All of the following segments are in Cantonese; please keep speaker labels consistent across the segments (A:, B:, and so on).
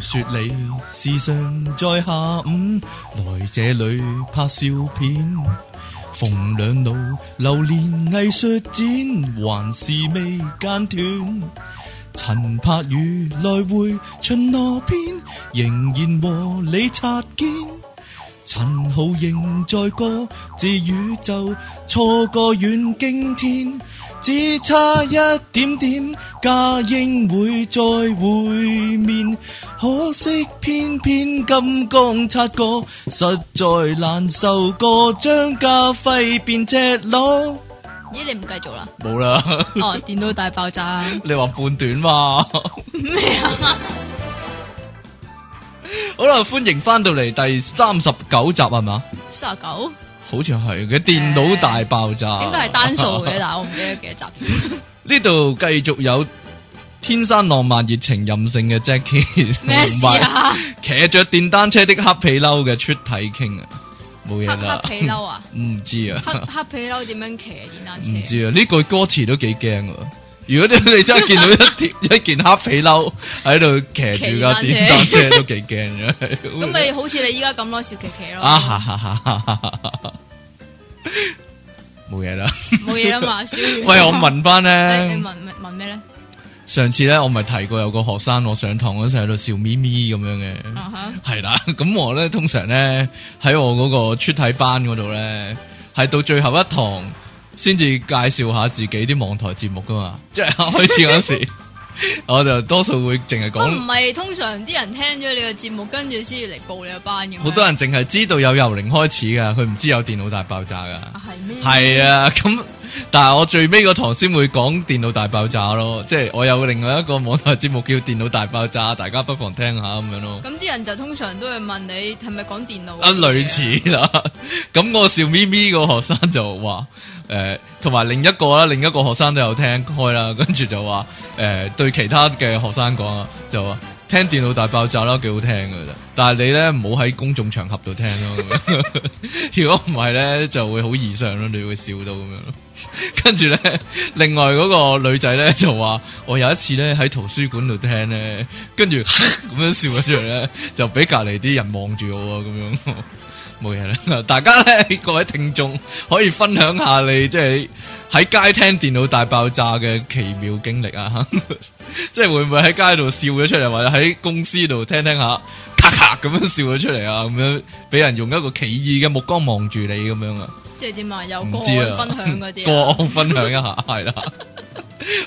A: 說你時常在下午來這裏拍笑片，逢兩路流連藝術展，還是未間斷。陳柏宇來回巡邏篇，仍然和你擦肩。陳浩仍在各自宇宙，錯過遠驚天，只差一點點，家應會再會面。可惜偏偏金剛擦過，實在難受過張家輝變赤裸。
B: 咦，你唔繼 續啦？
A: 冇啦，
B: 哦，電腦大爆炸
A: 你話半段嘛？
B: 咩啊？
A: 好啦，歡迎翻到嚟第三十九集係嘛？
B: 三十九，
A: 好似係嘅電腦大爆炸，
B: 應該係單數嘅，但係我唔記得幾多集。
A: 呢度繼續有天生浪漫、熱情、任性嘅 Jackie，
B: 咩 事啊？
A: 騎着電單車的黑皮褸嘅出體傾啊，冇嘢
B: 黑
A: 啦。
B: 黑皮 褸啊？
A: 唔知啊，
B: 黑黑皮褸點樣騎電單車？
A: 唔知啊，呢句歌詞都幾驚啊！如果你 真係見到一條一件黑皮褸喺度騎住架電單車，都幾驚嘅。
B: 咁咪好似你依家咁咯，笑騎騎
A: 啊
B: 咯，
A: 哈哈哈哈哈哈！冇嘢啦。
B: 冇嘢 啦嘛，笑完。
A: 喂，我 問翻
B: 你你
A: 咧，
B: 問咩問咩咧？
A: 上次咧我咪提過有個學生，我上堂嗰陣喺度笑咪咪咁樣嘅。
B: 啊哈，
A: 係啦， 咁我咧通常咧喺我嗰個出體班嗰度咧，係到最後一堂先至介紹下自己啲網台節目噶嘛， 即係開始嗰時， 我就多數會淨係
B: 咁唔
A: 講，
B: 係通常啲人聽咗你個節目，跟住先至嚟報你個班嘅咩。
A: 好多人淨係知道有由零開始噶，佢唔知有電腦大爆炸噶。
B: 啊係咩？
A: 係啊，咁但係我最尾嗰堂先會講電腦大爆炸咯，即係我有另外一個網台節目叫電腦大爆炸，大家不妨聽下咁樣咯。
B: 咁啲人就通常都會問你係咪講電腦
A: 啊，類似啦。 咁我笑咪咪個學生就話，誒、同埋另一個啦，另一個學生都有聽開啦，跟住就話，誒、對其他嘅學生講啊，就話聽電腦大爆炸啦，幾好聽噶啫。但係你咧唔好喺公眾場合度聽咯， 咁樣如果唔係咧就會好異常咯，你會笑到咁樣咯。跟住咧，另外嗰個女仔咧就話：我有一次咧喺圖書館度聽咧，跟住 咁樣笑咗出嚟咧，就俾隔離啲人望住我啊，咁樣冇嘢啦。 大家咧，各位聽眾可以分享下你即係喺街聽電腦大爆炸嘅奇妙經歷啊！ 即係會唔會喺街度笑咗出嚟，或者喺公司度聽聽下，咔咔咁樣笑咗出嚟啊？咁樣俾人用一個奇異嘅目光望住你咁樣啊！
B: 即係點啊？有個
A: 唔知啊
B: 案分享嗰啲
A: 個
B: 啊，
A: 案分享一下，係啦，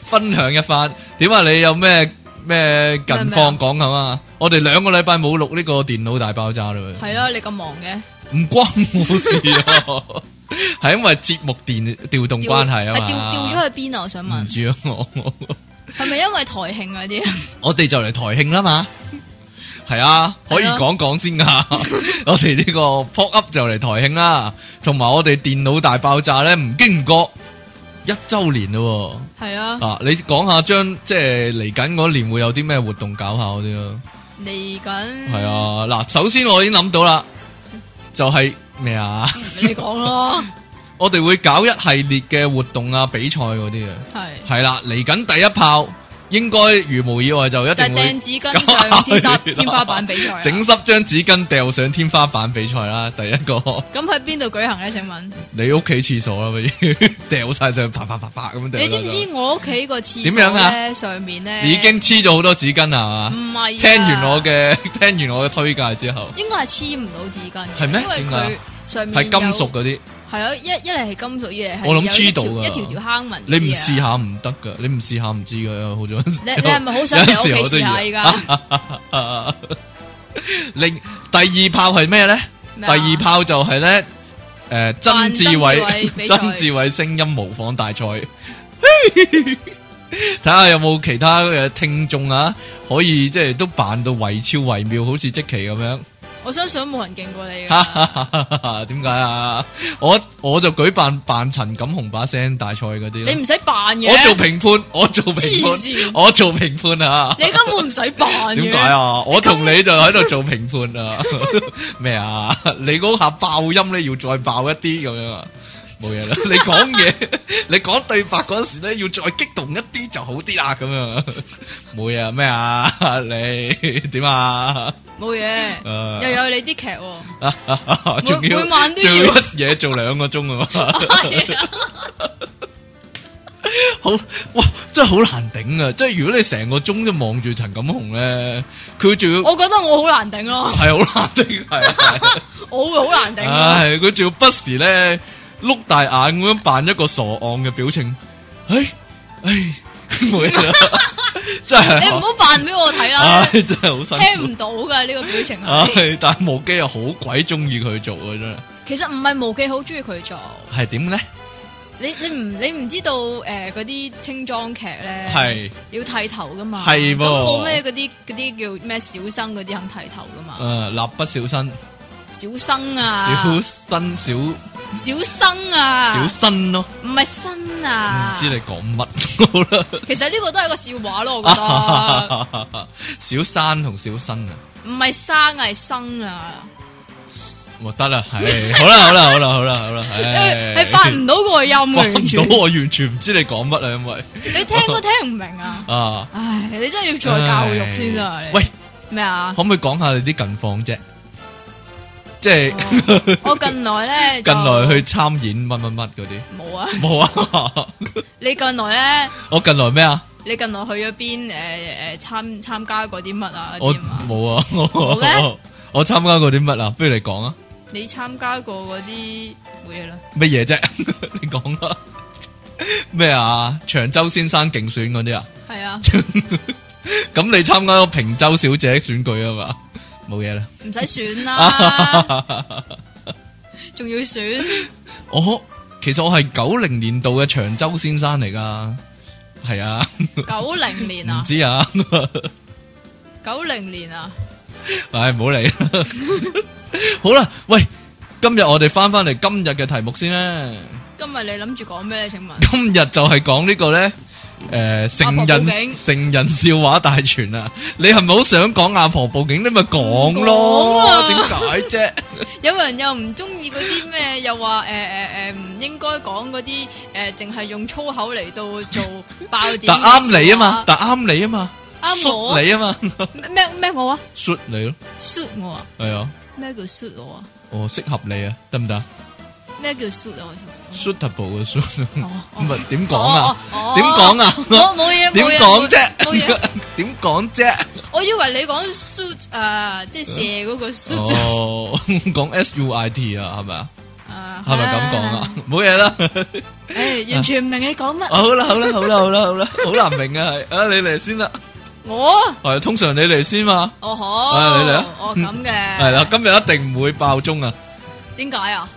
A: 分享一番。點啊？你有咩咩近況講咁啊？我哋兩個禮拜冇錄呢個電腦大爆炸啦，
B: 係啦，你咁忙嘅，
A: 唔關我事 啊，係因為節目電調動
B: 調
A: 關係啊
B: 係調調
A: 嘛。
B: 咗去邊啊？我想
A: 唔
B: 問，
A: 知啊，我
B: 係咪因為台慶嗰啲 啊？
A: 我哋就嚟台慶啦嘛，係啊，可以
B: 係啊
A: 講講先噶。 我哋呢個 pop up 就嚟台慶啦，同埋我哋電腦大爆炸咧，唔經唔覺一周年咯喎。
B: 係啊，
A: 啊，你講下將即係嚟緊嗰年會有啲咩活動搞下嗰啲咯？
B: 嚟緊
A: 係，
B: 嗯
A: 啊，嗱，首先我已經諗到啦，就係咩啊？
B: 你講咯，
A: 我哋會搞一系列嘅活動啊、比賽嗰啲啊。
B: 係
A: 係啦，嚟緊第一炮應該如無意外就一
B: 就係
A: 定會
B: 掟紙巾上天沙
A: 搞
B: 天花板比賽啊。
A: 整濕張紙巾掉上天花板比賽啦。第一個
B: 咁喺邊度舉行咧？請問
A: 你屋企廁所啦，不如 掉晒上去啪啪啪啪咁掉
B: 你
A: 上去。
B: 知唔知我屋企個廁
A: 點樣
B: 所
A: 啊
B: 咧上面咧
A: 已經黐咗好多紙巾啦？係嘛
B: 唔係啊
A: 聽完我嘅 聽完我嘅推介之後。
B: 應該係黐唔到紙巾嘅，
A: 係咩
B: 因為
A: 點解啊
B: 佢上面
A: 係金屬
B: 嘅，
A: 嗰啲，
B: 係啊，一一嚟係金屬，一嚟係
A: 我諗
B: 有
A: 黐
B: 一
A: 到
B: 條
A: 㗎
B: 一條條坑紋。啊
A: 你唔試？下唔得噶，你唔試下唔知噶，好咗。
B: 你你係咪好想嚟屋企試下依家？
A: 家？ 另第二炮係咩咧？第
B: 咩啊
A: 二炮就係咧，誒，
B: 扮
A: 曾志偉
B: 曾志偉比賽
A: 曾志偉聲音模仿大賽， 睇下有冇其他嘅聽眾啊，可以即係都扮到惟肖惟妙，好似即奇咁樣。
B: 我相信冇人勁過你
A: 哈
B: 㗎。
A: 哈哈哈哈點解啊？我我就舉辦扮陳錦鴻把聲大賽嗰啲啦
B: 你。唔使扮嘅，
A: 我做評判，我做
B: 黐
A: 評判
B: 線，
A: 我做評判啊！
B: 你根本唔使扮嘅。
A: 點解？啊？我同
B: 你
A: 你就喺度做評 判啊！咩啊？你嗰下爆音咧，要再爆一啲咁樣啊！冇冇嘢 啦。你講嘢，你講對白嗰陣時咧，要再激動一啲就好啲啦，咁樣冇嘢啊咩啊？你點啊？
B: 冇嘢，
A: 誒
B: 又有你啲劇喎，
A: 啊仲要
B: 每晚都
A: 仲
B: 要
A: 要一嘢做兩個鐘啊嘛，
B: 係啊，
A: 好哇，真係好難頂啊！即係如果你成個鐘都望住陳錦鴻咧，佢仲要
B: 我覺得我好難頂咯，
A: 係好難頂，係啊。係啊
B: 我會好 難頂啊咯，
A: 唉，佢仲要不時咧碌大眼咁樣扮一個傻昂嘅表情，唉唉， 冇 嘢啦，真
B: 你唔
A: 係，啊
B: 好扮俾我睇啦
A: 唉，，真係好辛
B: 聽
A: 苦。
B: 唔到噶呢個表情啊係，
A: 唉，但係無機又好鬼中意佢做啊，真係。
B: 其實唔係無忌好中意佢做，
A: 係點咧？
B: 你你唔你唔知道誒嗰啲清裝劇咧，
A: 係
B: 要剃頭噶嘛，
A: 係喎
B: 咁冇咩嗰啲嗰啲叫咩小生嗰啲肯剃頭噶嘛，
A: 誒，啊蠟筆小新，
B: 小生啊
A: 小，新小
B: 小生啊
A: 小，新咯，
B: 唔係新
A: 唔
B: 啊，
A: 知你講乜 好啦。
B: 其實呢個都係一個笑話咯，我覺 得
A: 小山同小新啊。
B: 唔係生係生啊，
A: 我得 啦，係好啦，好啦，好啦，好啦，好啦，
B: 因
A: 係
B: 為係發唔到個音嘅，
A: 翻
B: 完全
A: 唔到，我完全唔知你講乜啊，因為
B: 你聽都聽唔明啊，
A: 啊，
B: 唉，你真係要再教育先啊，
A: 唉
B: 你
A: 喂，
B: 咩啊？
A: 可唔可以講下你啲近況啫？即係
B: 哦我近來咧，就
A: 近來去參演乜乜乜嗰啲，
B: 冇啊，
A: 冇啊！
B: 你近來咧。
A: 我近來咩啊？
B: 你近來去咗邊？誒誒參參加過啲乜啊？嗰
A: 我
B: 啲嘛，
A: 冇啊！
B: 冇咩
A: 我 我參加過啲乜啊？不如你講啊！
B: 你參加過嗰啲冇嘢啦。
A: 乜嘢啫？ 你講啦！咩啊？長洲先生競選嗰啲啊？
B: 係啊，
A: 咁你參加咗平洲小姐選舉啊嘛？冇嘢啦。
B: 唔使選啦， 仲要選
A: 我其實我係九零年度嘅長洲先生嚟噶，係啊，
B: 九零年
A: 唔
B: 啊，
A: 知啊，
B: 九零年啊，
A: 唉，唔好理 啦。好啦，喂，今日我哋翻翻嚟今日嘅題目先啦。
B: 今日你諗住講咩咧？請問
A: 今日就係講呢個咧，诶、成
B: 阿
A: 人
B: 婆報警
A: 成人笑話大全啊！你係咪好想講阿婆報警？你咪講
B: 唔講
A: 咯，
B: 啊
A: 點解啫？
B: 有人又唔中意嗰啲咩？又話誒誒誒唔應該講嗰啲誒，淨係用粗口嚟到做爆點嘅
A: 但
B: 笑話。
A: 啱你啊嘛，但啱你啊嘛，
B: 啱我
A: 摔你啊嘛，
B: 咩咩咩我啊
A: 摔你咯，
B: ，shoot 我啊，
A: 係啊，
B: 咩叫 shoot 我啊？
A: 我適合你啊，得唔得
B: 咩叫 shoot 我啊？
A: ？suitable 嘅 suit。
B: 哦哦
A: 唔係點講啊？
B: 哦
A: 點講啊？
B: 我冇嘢，
A: 點
B: 冇嘢
A: 講啫
B: 冇嘢，
A: 點講啫？
B: 我以為你講 shoot 啊，即係射嗰個 shoot 啊
A: 哦， 講 S U I à, T 啊，係咪啊？
B: 啊，
A: 係咪咁講啊？冇嘢啦。
B: 唉？完全唔明你講乜，
A: 好啦，好啦，好啦，好啦，好啦，好難明啊！係啊，你嚟先啦。
B: 我
A: 係通常你嚟先嘛。
B: 哦
A: 啊
B: 好，
A: 你嚟啊
B: 我咁嘅，
A: 係啦，，今日一定唔會爆鐘啊。
B: 點解啊？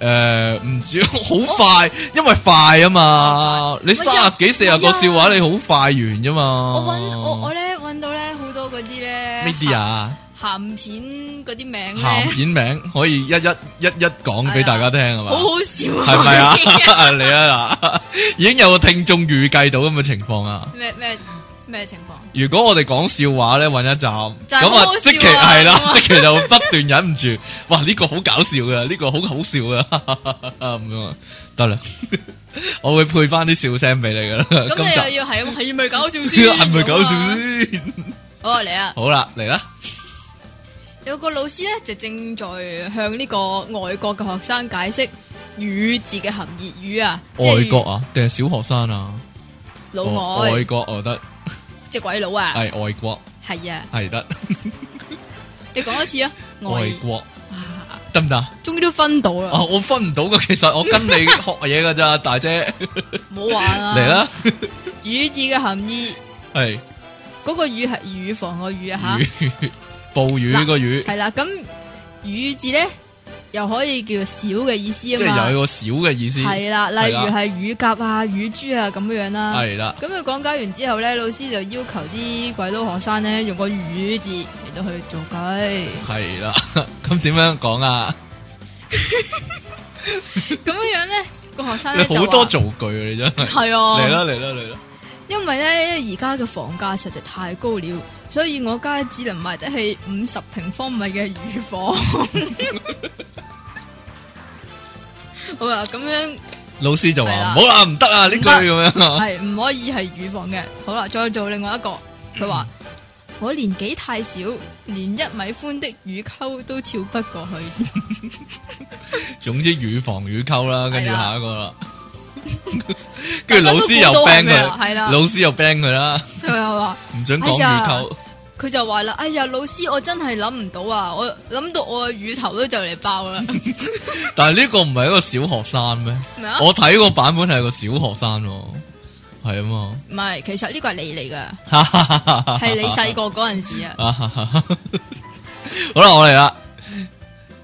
A: 誒，唔 知好快，因為快啊嘛。你三十幾四十個笑話，你好快完啫嘛。
B: 我搵我我咧搵到咧好多嗰啲咧
A: 呢啲啊，
B: 鹹片嗰啲名
A: 鹹
B: 咧，
A: 片啊名可以一一一一講俾大家聽係嘛？
B: 好好笑，
A: 系咪啊？？你啊嗱，已經有個聽眾預計到咁嘅情況啊！
B: 咩咩咩情況？
A: 如果我哋講笑話咧，揾一集
B: 就係好
A: 咁
B: 好笑
A: 啊
B: 啊，
A: 即期係
B: 咁
A: 啦，
B: 啊
A: 即期就不斷忍唔住，哇！呢個好搞笑噶，呢個好好笑噶，咁樣啊得啦，我會配翻啲笑聲俾你噶啦。
B: 咁
A: 今
B: 你
A: 集
B: 又 要係咁係咪搞笑先？
A: 係咪搞笑
B: 咁啊？
A: 先？
B: 好啊，嚟啊！
A: 好啦，嚟啦，
B: 有個老師咧就正在向呢個外國嘅學生解釋語字嘅含義，語啊，即係
A: 外國啊，定係小學生啊？
B: 老
A: 哦
B: 外
A: 外國我得
B: 即係鬼佬啊，
A: 係外國
B: 係啊，
A: 係得
B: 你講一次啊，
A: 外
B: 外
A: 國
B: 啊，哦
A: 得唔得？
B: 終於都分到啦
A: 啊！，我分唔到噶，其實我跟你學嘢噶 咋，大姐
B: 唔好玩啦，
A: 嚟，啦，
B: 語字嘅含義，
A: 係
B: 嗰個語係乳房個乳啊
A: 魚暴魚個魚
B: 吓，，係啦，啊咁乳字咧又可以叫少嘅意思
A: 即
B: 啊
A: 係有
B: 嘛，
A: 個小嘅意思，
B: 係啦，例如
A: 係啦
B: 係乳鴿啊、乳豬啊咁樣樣啦，
A: 係啦，
B: 咁佢講解完之後咧，老師就要求啲鬼佬學生咧用個語字嚟到去 造句，
A: 係啦， 咁點樣講啊？
B: 咁樣樣咧個學生
A: 你
B: 咧就
A: 好多
B: 話
A: 造句啊，你真係
B: 係
A: 嚟
B: 啊，
A: 啦嚟啦嚟啦，
B: 因為咧而家嘅房價實在太高了，所以我家只能買得起五十平方米嘅魚房。 好啊，咁樣
A: 老師就話
B: 係啦
A: 唔好啦，唔得啊呢
B: 唔
A: 句
B: 得
A: 咁樣啊。
B: 係唔可以係乳房嘅。好啦，再做另外一個，佢話我年紀太少，連一米寬的乳溝都跳不過去。
A: 總之乳房乳溝啦，跟住
B: 係啦
A: 下一個 啦，跟住老師又
B: 大家都估到
A: ban
B: 係咩啊
A: 佢，
B: 係啦
A: 老師又 ban 佢啦，
B: 佢又話。
A: 唔准講
B: 哎呀
A: 乳溝。
B: 佢就話啦：，哎呀，老師，我真係諗唔到啊！我諗到我嘅乳頭都就嚟爆 啦，
A: 但係呢個唔係一個小學生咩？
B: 咩啊？
A: 我睇個版本係個小學生喎，係啊嘛，
B: 唔係，其實呢個係你 嚟噶， 係
A: 係
B: 你細個嗰陣時啊。
A: 啊哈哈哈 好啦，我嚟啦。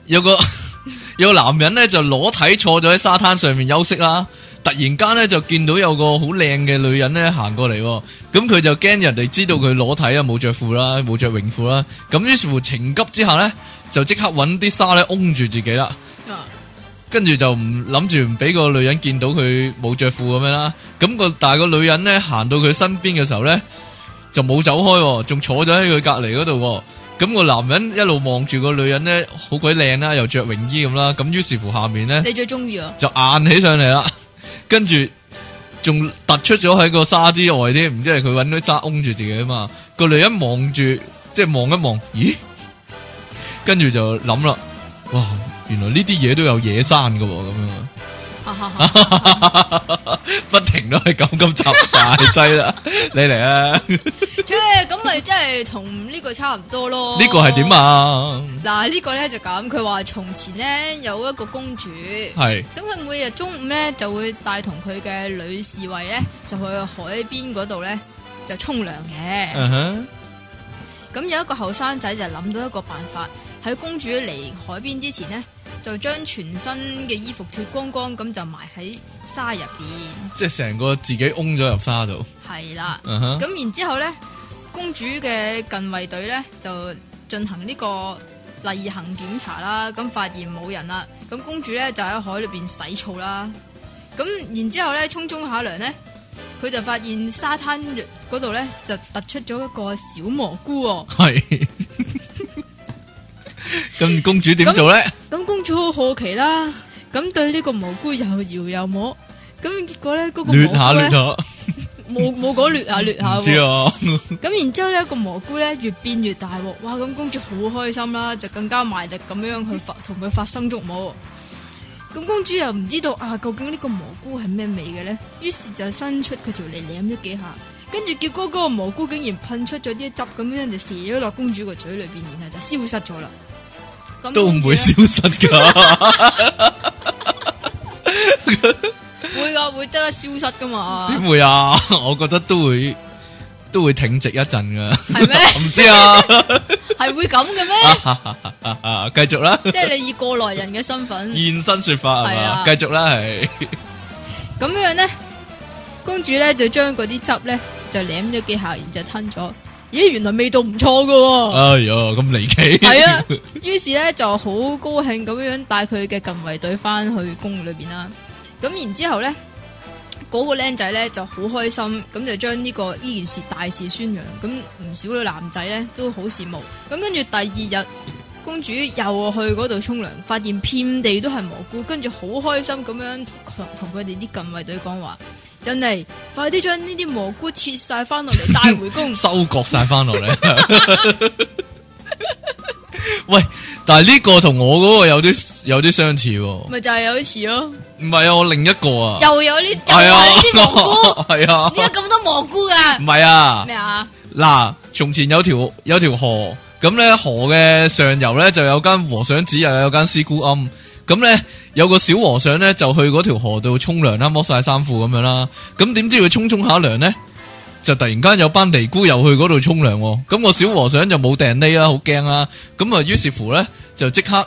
A: 有個 有個男人咧就裸體坐咗喺沙灘上面休息啦，突然間咧就見到有個好靚嘅女人咧行過嚟喎，咁佢就驚人哋知道佢裸體啊，冇着褲啦，冇着泳褲啦，咁於是乎情急之下咧就即刻揾啲沙咧擁住自己啦。
B: 啊
A: 跟住就唔諗住唔俾個女人見到佢冇着褲咁樣啦。咁個但係個女人咧行到佢身邊嘅時候咧，就冇走開喎，仲坐咗喺佢隔離嗰度喎。咁個男人一路望住個女人咧，好鬼靚啦，又着泳衣咁啦。咁於是乎下面咧
B: 你最中意啊？
A: 就硬起上嚟啦， 跟住仲突出咗喺個沙之外添，唔知係佢揾啲沙擁住自己啊嘛。個女人望住，即係望一望，咦？跟住就諗啦，哇！原來呢啲嘢都有野生噶喎，咁樣 啊。
B: 哈哈哈
A: 不停都係咁咁插大劑啦， 你嚟啊！
B: 哦
A: 呢
B: 即係咁咪真係同呢個差唔多咯。
A: 個係點？啊？
B: 嗱，呢個咧就咁，佢話從前咧有一個公主，咁
A: 係
B: 佢每日中午咧就會帶同佢嘅女侍衛咧就去海邊嗰度咧就沖涼嘅。
A: 嗯哼，
B: 咁有一個後生仔就諗到一個辦法，喺公主嚟海邊之前呢，就將全身嘅衣服脱光光，咁就埋喺沙入邊，
A: 即係成個自己擁咗入沙度。
B: 係啦。
A: 嗯哼，
B: 咁然之後呢，公主嘅近衛隊呢，就進行呢個例行檢查啦，咁發現冇人啦，咁公主呢，就喺海裏邊洗澡啦。咁然之後呢，沖沖下涼呢，佢就發現沙灘嗰度呢，就突出咗一個小蘑菇喎、
A: 係。 咁公主點做咧？
B: 咁公主好好奇啦，咁對呢個蘑菇又搖又摸，咁結果咧嗰、個蘑
A: 捋下捋
B: 菇咧
A: 下，
B: 冇冇講掠下掠下
A: 唔知
B: 喎，
A: 啊。
B: 咁然之後咧個蘑菇咧越變越大喎，哇！咁公主好開心啦，就更加賣力咁樣去發同佢發生觸摸。咁公主又唔知道啊，究竟呢個蘑菇係咩味嘅咧？於是就伸出佢條脷舐咗幾下，跟住結果嗰個蘑菇竟然噴出咗啲汁，咁樣就射咗落公主個嘴裏邊，然後就消失咗啦。咁
A: 都
B: 公
A: 唔
B: 主
A: 會
B: 呢
A: 消失
B: 啊
A: 噶，
B: 會噶，會得消失噶嘛？
A: 點會啊？我覺得都會都會挺直一陣噶，
B: 係咩？
A: 唔知啊。
B: 係會咁嘅咩？
A: 繼續啦，
B: 即係你以過來人嘅身份，
A: 現身說法係
B: 係
A: 嘛？
B: 啊
A: 繼續啦，係
B: 咁樣咧，公主咧就將嗰啲汁咧就舐咗幾下，然就吞咗。咦，原來味道唔錯噶喎！
A: 哎喲，咁離奇。
B: 哦 係啊，於是咧就好高興咁樣帶佢嘅近衛隊翻去宮裏邊啦。咁然之後咧，嗰、個僆仔咧就好開心，咁就將呢、個呢件事大肆宣揚。咁唔少嘅男仔咧都好羨慕。咁跟住第二日，公主又去嗰度沖涼，發現遍地都係蘑菇，跟住好開心咁樣同同佢哋啲近衛隊講話：人嚟，快啲將呢啲蘑菇切晒翻落嚟帶回 宮。
A: 收割晒翻落嚟。 喂，但系呢个同我嗰个有啲有啲相似喎，唔
B: 咪就係有一次咯，
A: 系啊，我另一个啊，
B: 又有呢又有呢
A: 系啊
B: 啲蘑 菇。，
A: 系啊，
B: 点解咁多蘑菇噶
A: 唔？系啊
B: 咩，啊？
A: 嗱，从前有条有条河，咁咧河嘅上游咧就有间和尚寺，又有间师姑庵。咁咧有個小和尚咧就去嗰條河度沖涼啦，剝晒衫褲咁樣啦。咁點知佢沖沖下涼咧，就突然間有班尼姑又去嗰度沖涼喎。咁、個小和尚就冇掟呢啦，好驚啦。咁啊，於是乎咧就即刻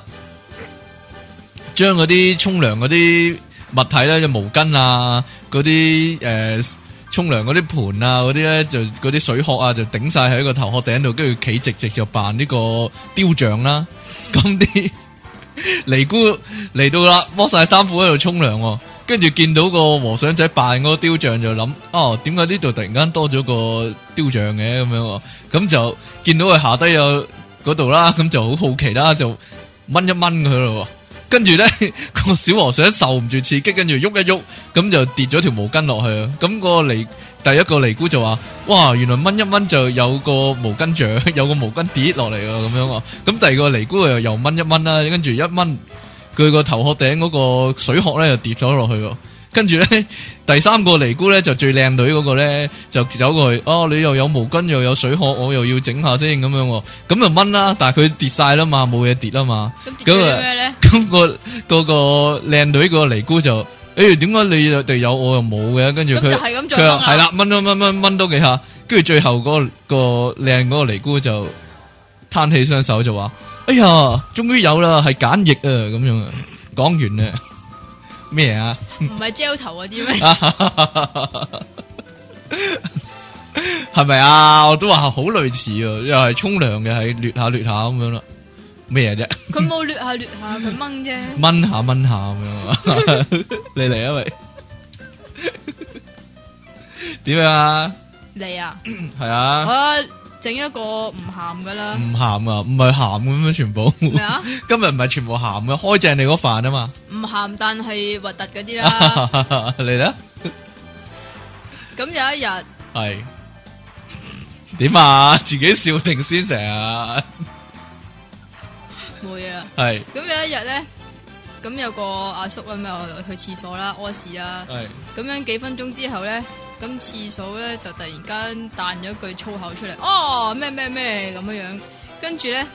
A: 將嗰啲沖涼嗰啲物體咧，就毛巾啊，嗰啲誒沖涼嗰啲盤啊，嗰啲咧就嗰啲水殼啊，就頂晒喺個頭殼頂度，跟住企直直就扮呢個雕像啦。 咁啲。尼姑 嚟到啦，剝晒衫褲喺度沖涼喎，跟住見到個和尚仔扮嗰個雕像就諗，哦，點解呢度突然間多咗個雕像嘅咁樣喎？咁就見到佢下低有嗰度啦，咁就好好奇啦，就掹一掹佢咯跟住咧 個小和尚受唔住刺激，跟住喐一喐，咁就跌咗條毛巾落去啊！咁、個尼第一個尼姑就話：，哇，原來掹一掹就有個毛巾掌， 有個毛巾跌落嚟啊！咁樣啊！咁第二個尼姑又又掹一掹啦，跟住一掹，佢個頭殼頂嗰個水殼咧就跌咗落去喎。跟住咧， 第三個尼姑咧就最靚女嗰個咧就走過去，哦，你又有毛巾又有水殼，我又要整下先咁樣喎，咁就掹啦，但係佢跌晒啦嘛，冇嘢跌啦嘛，
B: 咁跌咗啲咩咧？
A: 咁、個嗰、個靚女個尼姑就，誒點解你哋有我又冇嘅？跟住佢
B: 咁就係咁再
A: 佢又係
B: 掹啦。
A: 啦，掹多掹掹掹多幾下，跟住最後嗰、個靚嗰個尼姑就攤起雙手就話：，哎呀，終於有啦，係簡易啊咁樣啊！講完咧咩啊？
B: 唔係 gel 頭嗰啲咩？
A: 係咪啊？我都話好類似啊，又係沖涼嘅，係掠下掠下咁樣啦，咩啫？
B: 佢冇掠下掠下，佢掹啫。
A: 掹下掹下咁樣 啊！你嚟啊喂，點樣啊？
B: 你啊，
A: 係啊，
B: 我整一個唔鹹噶啦
A: 唔。鹹啊，唔係鹹咁樣全部。
B: 咩啊？
A: 今日唔係全部鹹嘅，開正你嗰飯啊嘛。
B: 唔鹹但係核突嗰 啲啦。
A: 你咧
B: 咁有一日，
A: 係點啊？自己笑定先成啊！
B: 冇嘢啦。
A: 係
B: 咁有一日咧，咁有個阿叔咁又去廁所啦，屙屎啦。
A: 係
B: 咁樣幾分鐘之後咧，咁廁所咧就突然間彈咗句粗口出嚟，哦咩咩咩咁樣樣，跟住 咧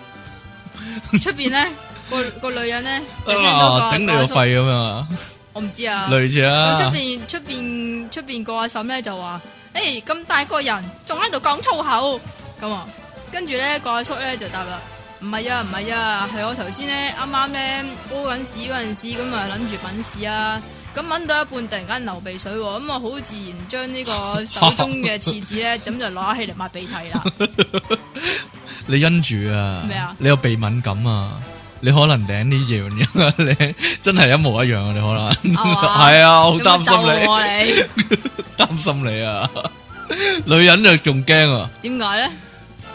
B: 出邊咧個個女人咧就聽到
A: 啊！
B: 個
A: 頂你
B: 個阿
A: 個
B: 叔，
A: 肺咁啊！
B: 我唔知啊。
A: 類似啊
B: 咁，出邊出邊出邊個阿嬸咧就話：，誒、咁大個人仲喺度講粗口咁啊！跟住咧個阿叔咧就答啦：，唔係啊唔係啊，係我頭先咧啱啱咧屙緊屎嗰陣時，咁啊諗住抿屎啊，咁抿到一半突然間流鼻水喎，咁啊好自然 將呢個手中嘅廁紙咧，咁就攞起嚟抹鼻涕啦。
A: 你因住啊，
B: 咩啊
A: 你有鼻敏感啊，你可能領呢樣嘢，啊 你真係一模一樣啊，你可能
B: 係嘛
A: 係啊，好
B: 哦咁
A: 擔
B: 啊
A: 心
B: 咒
A: 你，
B: 我你
A: 擔心你啊， 女人就仲驚啊，
B: 點解咧？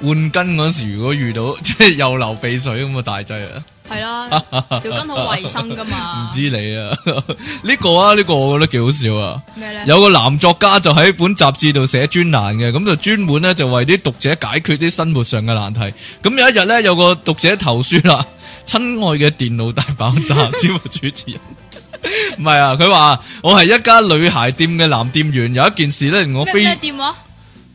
A: 換巾嗰時如果遇到 即係又流鼻水咁啊大劑啊！
B: 係啦，條筋好衞生噶嘛
A: 唔。知你啊， 呢個啊呢個我覺得幾好笑啊！
B: 咩咧？
A: 有個男作家就喺本雜誌度寫專欄嘅，咁就專門咧就為啲讀者解決啲生活上嘅難題。咁有一日咧，有個讀者投書啦，親愛嘅電腦大爆炸節目主持人。唔係啊，佢話我係一家女鞋店嘅男店員，有一件事咧令我
B: 咩
A: 非
B: 咩店話？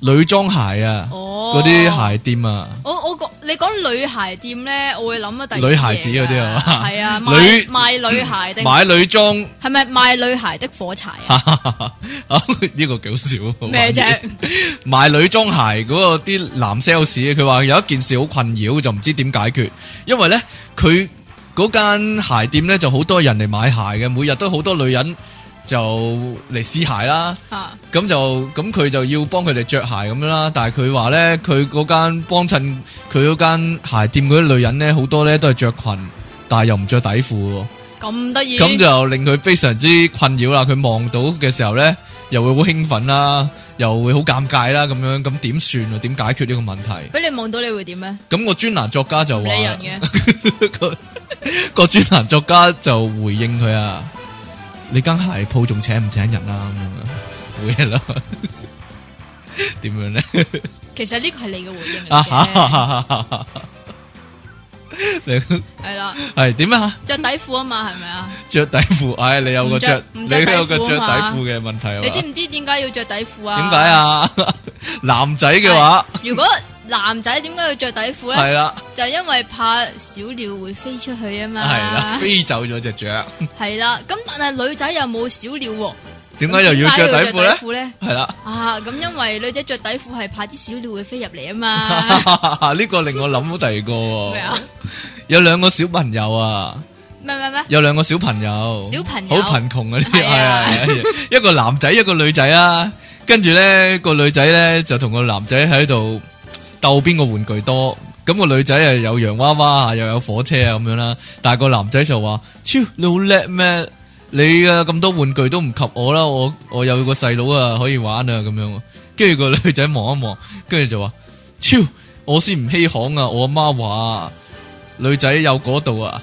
A: 女裝鞋啊，
B: 哦，
A: 嗰啲鞋店 啊，
B: 我我講你講女鞋店咧，我會諗啊，第二
A: 女孩子嗰啲啊嘛
B: 係啊，
A: 女
B: 賣賣女鞋定
A: 買女裝。
B: 係咪賣女鞋的火柴啊？
A: 啊呢個幾好笑。
B: 咩啫？
A: 賣女裝鞋嗰個啲男 sales，佢話有一件事好困擾，就唔知點解決，因為呢，佢嗰間鞋店呢就好多人嚟買鞋嘅，每日都好多女人就嚟試鞋啦。
B: 啊，
A: 咁就咁佢就要幫佢哋着鞋咁樣啦，但係佢話咧，佢嗰間幫襯佢嗰間鞋店嗰啲女人咧，好多咧都係着裙，但係又唔着底褲喎。
B: 咁得意，
A: 咁就令佢非常之困擾啦。佢望到嘅時候咧，又會好興奮啦，又會好尷尬啦，咁樣咁點算啊？點解決呢個問題？
B: 俾你望到你會點咧？
A: 咁個專欄作家就
B: 唔
A: 話
B: 理人嘅，
A: 個個專欄作家就回應佢啊，你間鞋鋪仲請唔請人啊？咁樣啊，會啦， 點樣咧？
B: 其實呢個係你嘅回應
A: 啊
B: 嚟
A: 哈哈
B: 嘅，
A: 哈哈哈哈！ 你
B: 係啦，
A: 係點啊？
B: 着底褲啊嘛，係咪啊？
A: 着底褲，唉，你有個
B: 唔着
A: 着，你
B: 唔着
A: 有個
B: 底
A: 着
B: 褲
A: 底
B: 啊嘛
A: 褲嘅問題啊嘛？
B: 你知唔知點解要着底褲啊？
A: 点解？啊？ 男仔嘅話
B: 如果男仔點解要着底褲
A: 係
B: 咧？
A: 啦，
B: 就係因為怕小鳥會飛出去啊
A: 係
B: 嘛。
A: 啦，飛走咗只雀，
B: 係啦，咁但係女仔又冇小鳥喎，
A: 點解又要着底褲咧
B: 點解要着？褲咧？
A: 係啦，
B: 啊，咁因為女仔着底褲係怕啲小鳥會飛入嚟 啊嘛。
A: 呢個令我諗到第二個
B: 啊咩
A: 喎
B: 啊？
A: 有兩個小朋友啊，
B: 咩咩 咩？
A: 有兩個小朋友，
B: 小朋友
A: 好貧窮嗰啲，
B: 係
A: 係啊
B: 啊，
A: 係啊一個男仔一個女仔啦，跟住咧個女仔咧就同個男仔喺度鬥邊個玩具多。咁個女仔啊有洋娃娃啊，又有火車啊咁樣啦，但係個男仔就話：超你好叻咩？你啊咁多玩具都唔及我啦，我我有個細佬啊可以玩啊咁樣。跟住個女仔望一望，跟住就話：超我先唔稀罕啊！我阿媽話女仔有嗰度啊，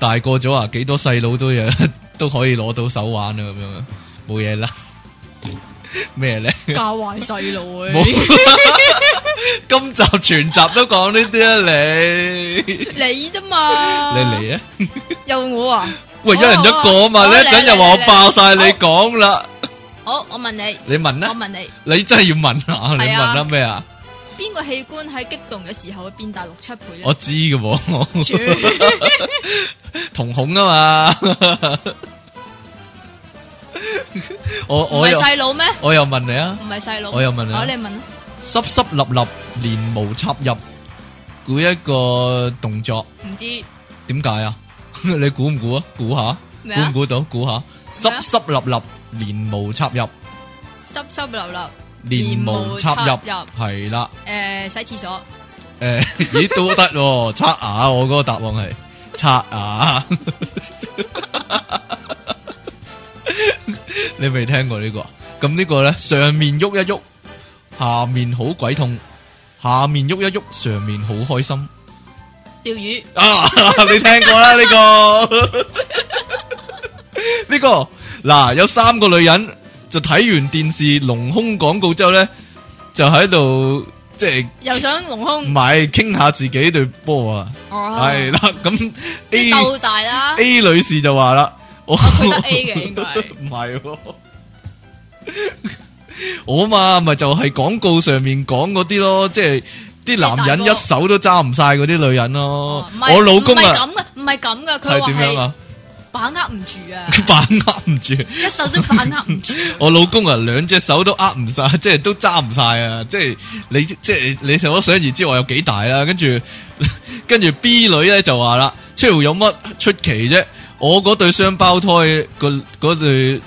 A: 大個咗啊，幾多細佬都有 都可以攞到手玩啊，咁樣啊，冇嘢啦。咩咧？
B: 教坏细路啊！
A: 冇 今集全集都講呢啲啊，你
B: 你啫嘛，
A: 你嚟啊！
B: 又我啊！
A: 喂，一人一個啊嘛，
B: 好
A: 你
B: 啊
A: 一陣又話我
B: 嚟嚟嚟
A: 爆晒你
B: 好
A: 講啦，
B: 好，我问你，
A: 你問
B: 我
A: 啦，
B: 问你，
A: 你真係要問啊，你問啦咩啊？
B: 边个器官喺激动嘅时候會变大六七倍咧
A: 我？知嘅喎，
B: 住
A: 瞳孔啊嘛，我
B: 唔
A: 我
B: 系
A: 又
B: 细路咩？
A: 我又問你啊，
B: 唔系细路，
A: 我又問你啊
B: 好，你问啊！
A: 濕濕立立連毛插入，估一個動作，
B: 唔知
A: 點解 啊？你估唔估啊？估下，
B: 咩
A: 估唔
B: 啊？
A: 估到？估下，濕濕立立連毛插入，
B: 湿湿流流，
A: 連毛插入
B: 連毛插，
A: 係啦。
B: 诶，洗厕所，
A: 诶，咦都得喎，刷牙我嗰個答案係刷 牙，你未聽過呢、個？咁呢個咧，上面喐一喐，下面好鬼痛，下面喐一喐，上面好開心
B: 钓鱼，
A: 啊！ 你聽過啦呢、個？ 呢、個嗱有三個女人就睇完電視隆胸廣告之後咧，就喺度即係。
B: 又想隆
A: 唔
B: 胸，
A: 系倾下自己对波啊，
B: 嗯哦，
A: 系啦，咁
B: 即
A: A
B: 係斗大啦，
A: A 女士就话啦，我
B: 佢得 A 嘅應該係
A: 唔系喎，我嘛咪就系广告上面讲嗰啲咯，即系啲男人
B: 大波
A: 一手都揸唔晒嗰啲女人咯
B: 哦唔，係
A: 我老公
B: 唔係
A: 啊
B: 咁嘅，唔係咁嘅，佢
A: 系
B: 話
A: 点样
B: 係
A: 啊？
B: 把握唔住啊，
A: 佢 把握唔住，
B: 一手都把握 唔住。
A: 我老公啊两只手都握唔晒， 即系都揸唔晒啊！即系你即系你可想而知我有几大啦，跟住。 跟住 B 女咧就話啦，出條有乜出奇啫？我嗰對雙胞胎個嗰對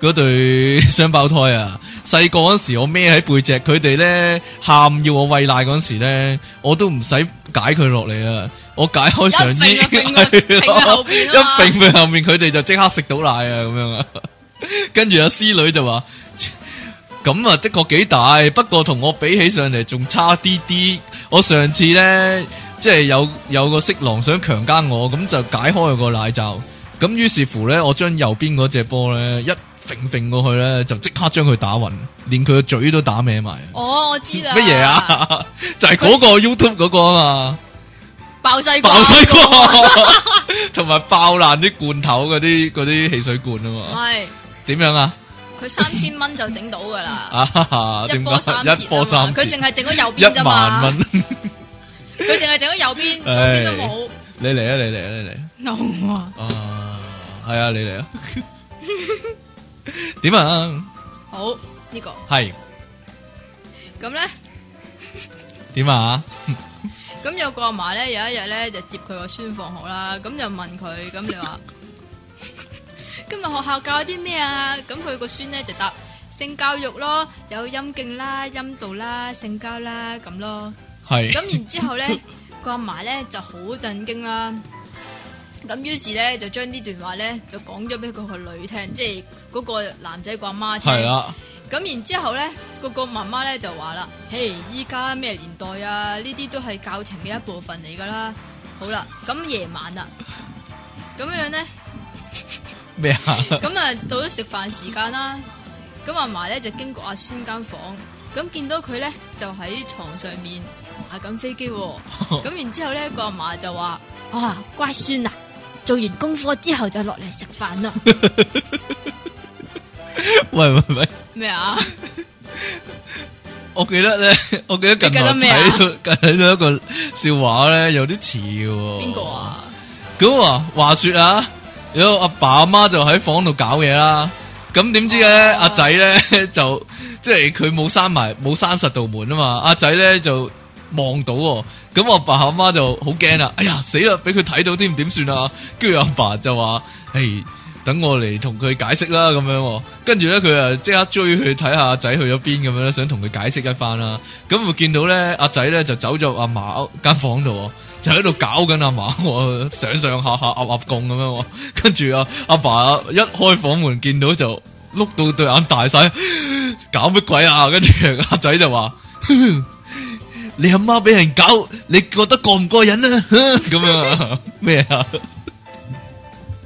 A: 嗰對雙胞胎啊，細個嗰時我孭喺背脊，佢哋咧喊要我喂奶嗰時咧，我都唔使解佢落嚟啊！我解開上衣，
B: 一揈 就揈個揈個後邊啊嘛
A: 一揈佢後面，佢哋就即刻食到奶啊咁樣啊！跟住阿 C 女就話。咁啊，的確幾大，不過同我比起上嚟仲差啲啲。我上次呢，即係有有個色狼想強姦我，咁就解開佢個奶罩。咁於是乎呢，我將右邊嗰只波呢，一揈揈過去呢，就即刻將佢打暈，連佢個嘴都打歪埋。
B: 哦，我知啦。
A: 乜嘢？ 啊？就係嗰個 YouTube 嗰個啊嘛，
B: 爆西瓜，
A: 爆西瓜， 同埋爆爛啲罐頭嗰啲嗰啲汽水罐啊
B: 唔
A: 嘛。
B: 係
A: 點樣啊？
B: 佢三千蚊就整到噶啦，
A: 啊哈哈，
B: 一
A: 點
B: 波三折
A: 解一波
B: 啊嘛
A: 三折
B: 佢？淨係整咗右
A: 一
B: 邊啫
A: 萬
B: 嘛，
A: 蚊。
B: 佢淨係整咗右邊，左邊都冇。
A: 你嚟啊！你嚟啊！你嚟
B: no 啊！
A: 啊！系啊！你嚟啊！ 点啊？
B: 好呢個
A: 系
B: 咁咧，
A: 点啊？
B: 咁有個阿嫲咧，有一日咧就接佢個孫放學啦，咁就問佢，咁你話 今日學校教啲咩啊？咁佢個孫咧就答性教育咯，有陰莖啦、陰道啦、性交啦咁咯。
A: 系
B: 咁然之後咧，個阿嫲咧就好震驚啦。咁於是咧就將呢段話咧就講咗俾佢個女聽，即係嗰個男仔個阿媽
A: 系
B: 聽。
A: 啦，
B: 咁然之後咧，個個媽媽咧就話啦：，嘿，依家咩年代啊？呢啲都係教程嘅一部分嚟噶啦。好啦，咁夜晚啦，咁樣咧，
A: 咩啊？
B: 咁啊到咗食飯時間啦，咁阿嫲咧就經過阿孫間房，咁見到佢咧就喺床上面打緊飛機喎、
A: 哦
B: 咁然之後咧，個阿嫲就話：啊，乖孫啊，做完功課之後就落嚟食飯啦。
A: 喂喂喂！
B: 咩啊？
A: 我記得咧，我記得近來
B: 你記得咩啊
A: 睇到睇到一個笑話咧，有啲似嘅喎。
B: 邊個？ 啊？
A: 咁啊，話說啊，有個阿爸阿媽就喺房度搞嘢啦。咁點知咧，
B: 哦
A: 阿仔咧 就即係佢冇閂埋冇閂實道門啊嘛。阿仔咧就望到喎，咁我阿爸阿媽就好驚啦。哎呀，死啦！俾佢睇到添，點算啊？跟住阿爸就哎話：，誒，等我嚟同佢解釋啦，咁樣喎。跟住咧，佢啊即刻追去睇下阿仔去咗邊咁樣咧，想同佢解釋一番啦。咁我見到咧，阿仔咧就走咗阿嫲屋間房度喎。就喺度搞緊阿嫲喎，上上下下鴨鴨共咁樣喎，跟住阿阿爸一開房門見到就碌到對眼大晒，搞乜鬼啊？跟住阿仔就話： 你阿 媽俾人搞，你覺得過唔過癮啊？咁樣啊咩啊？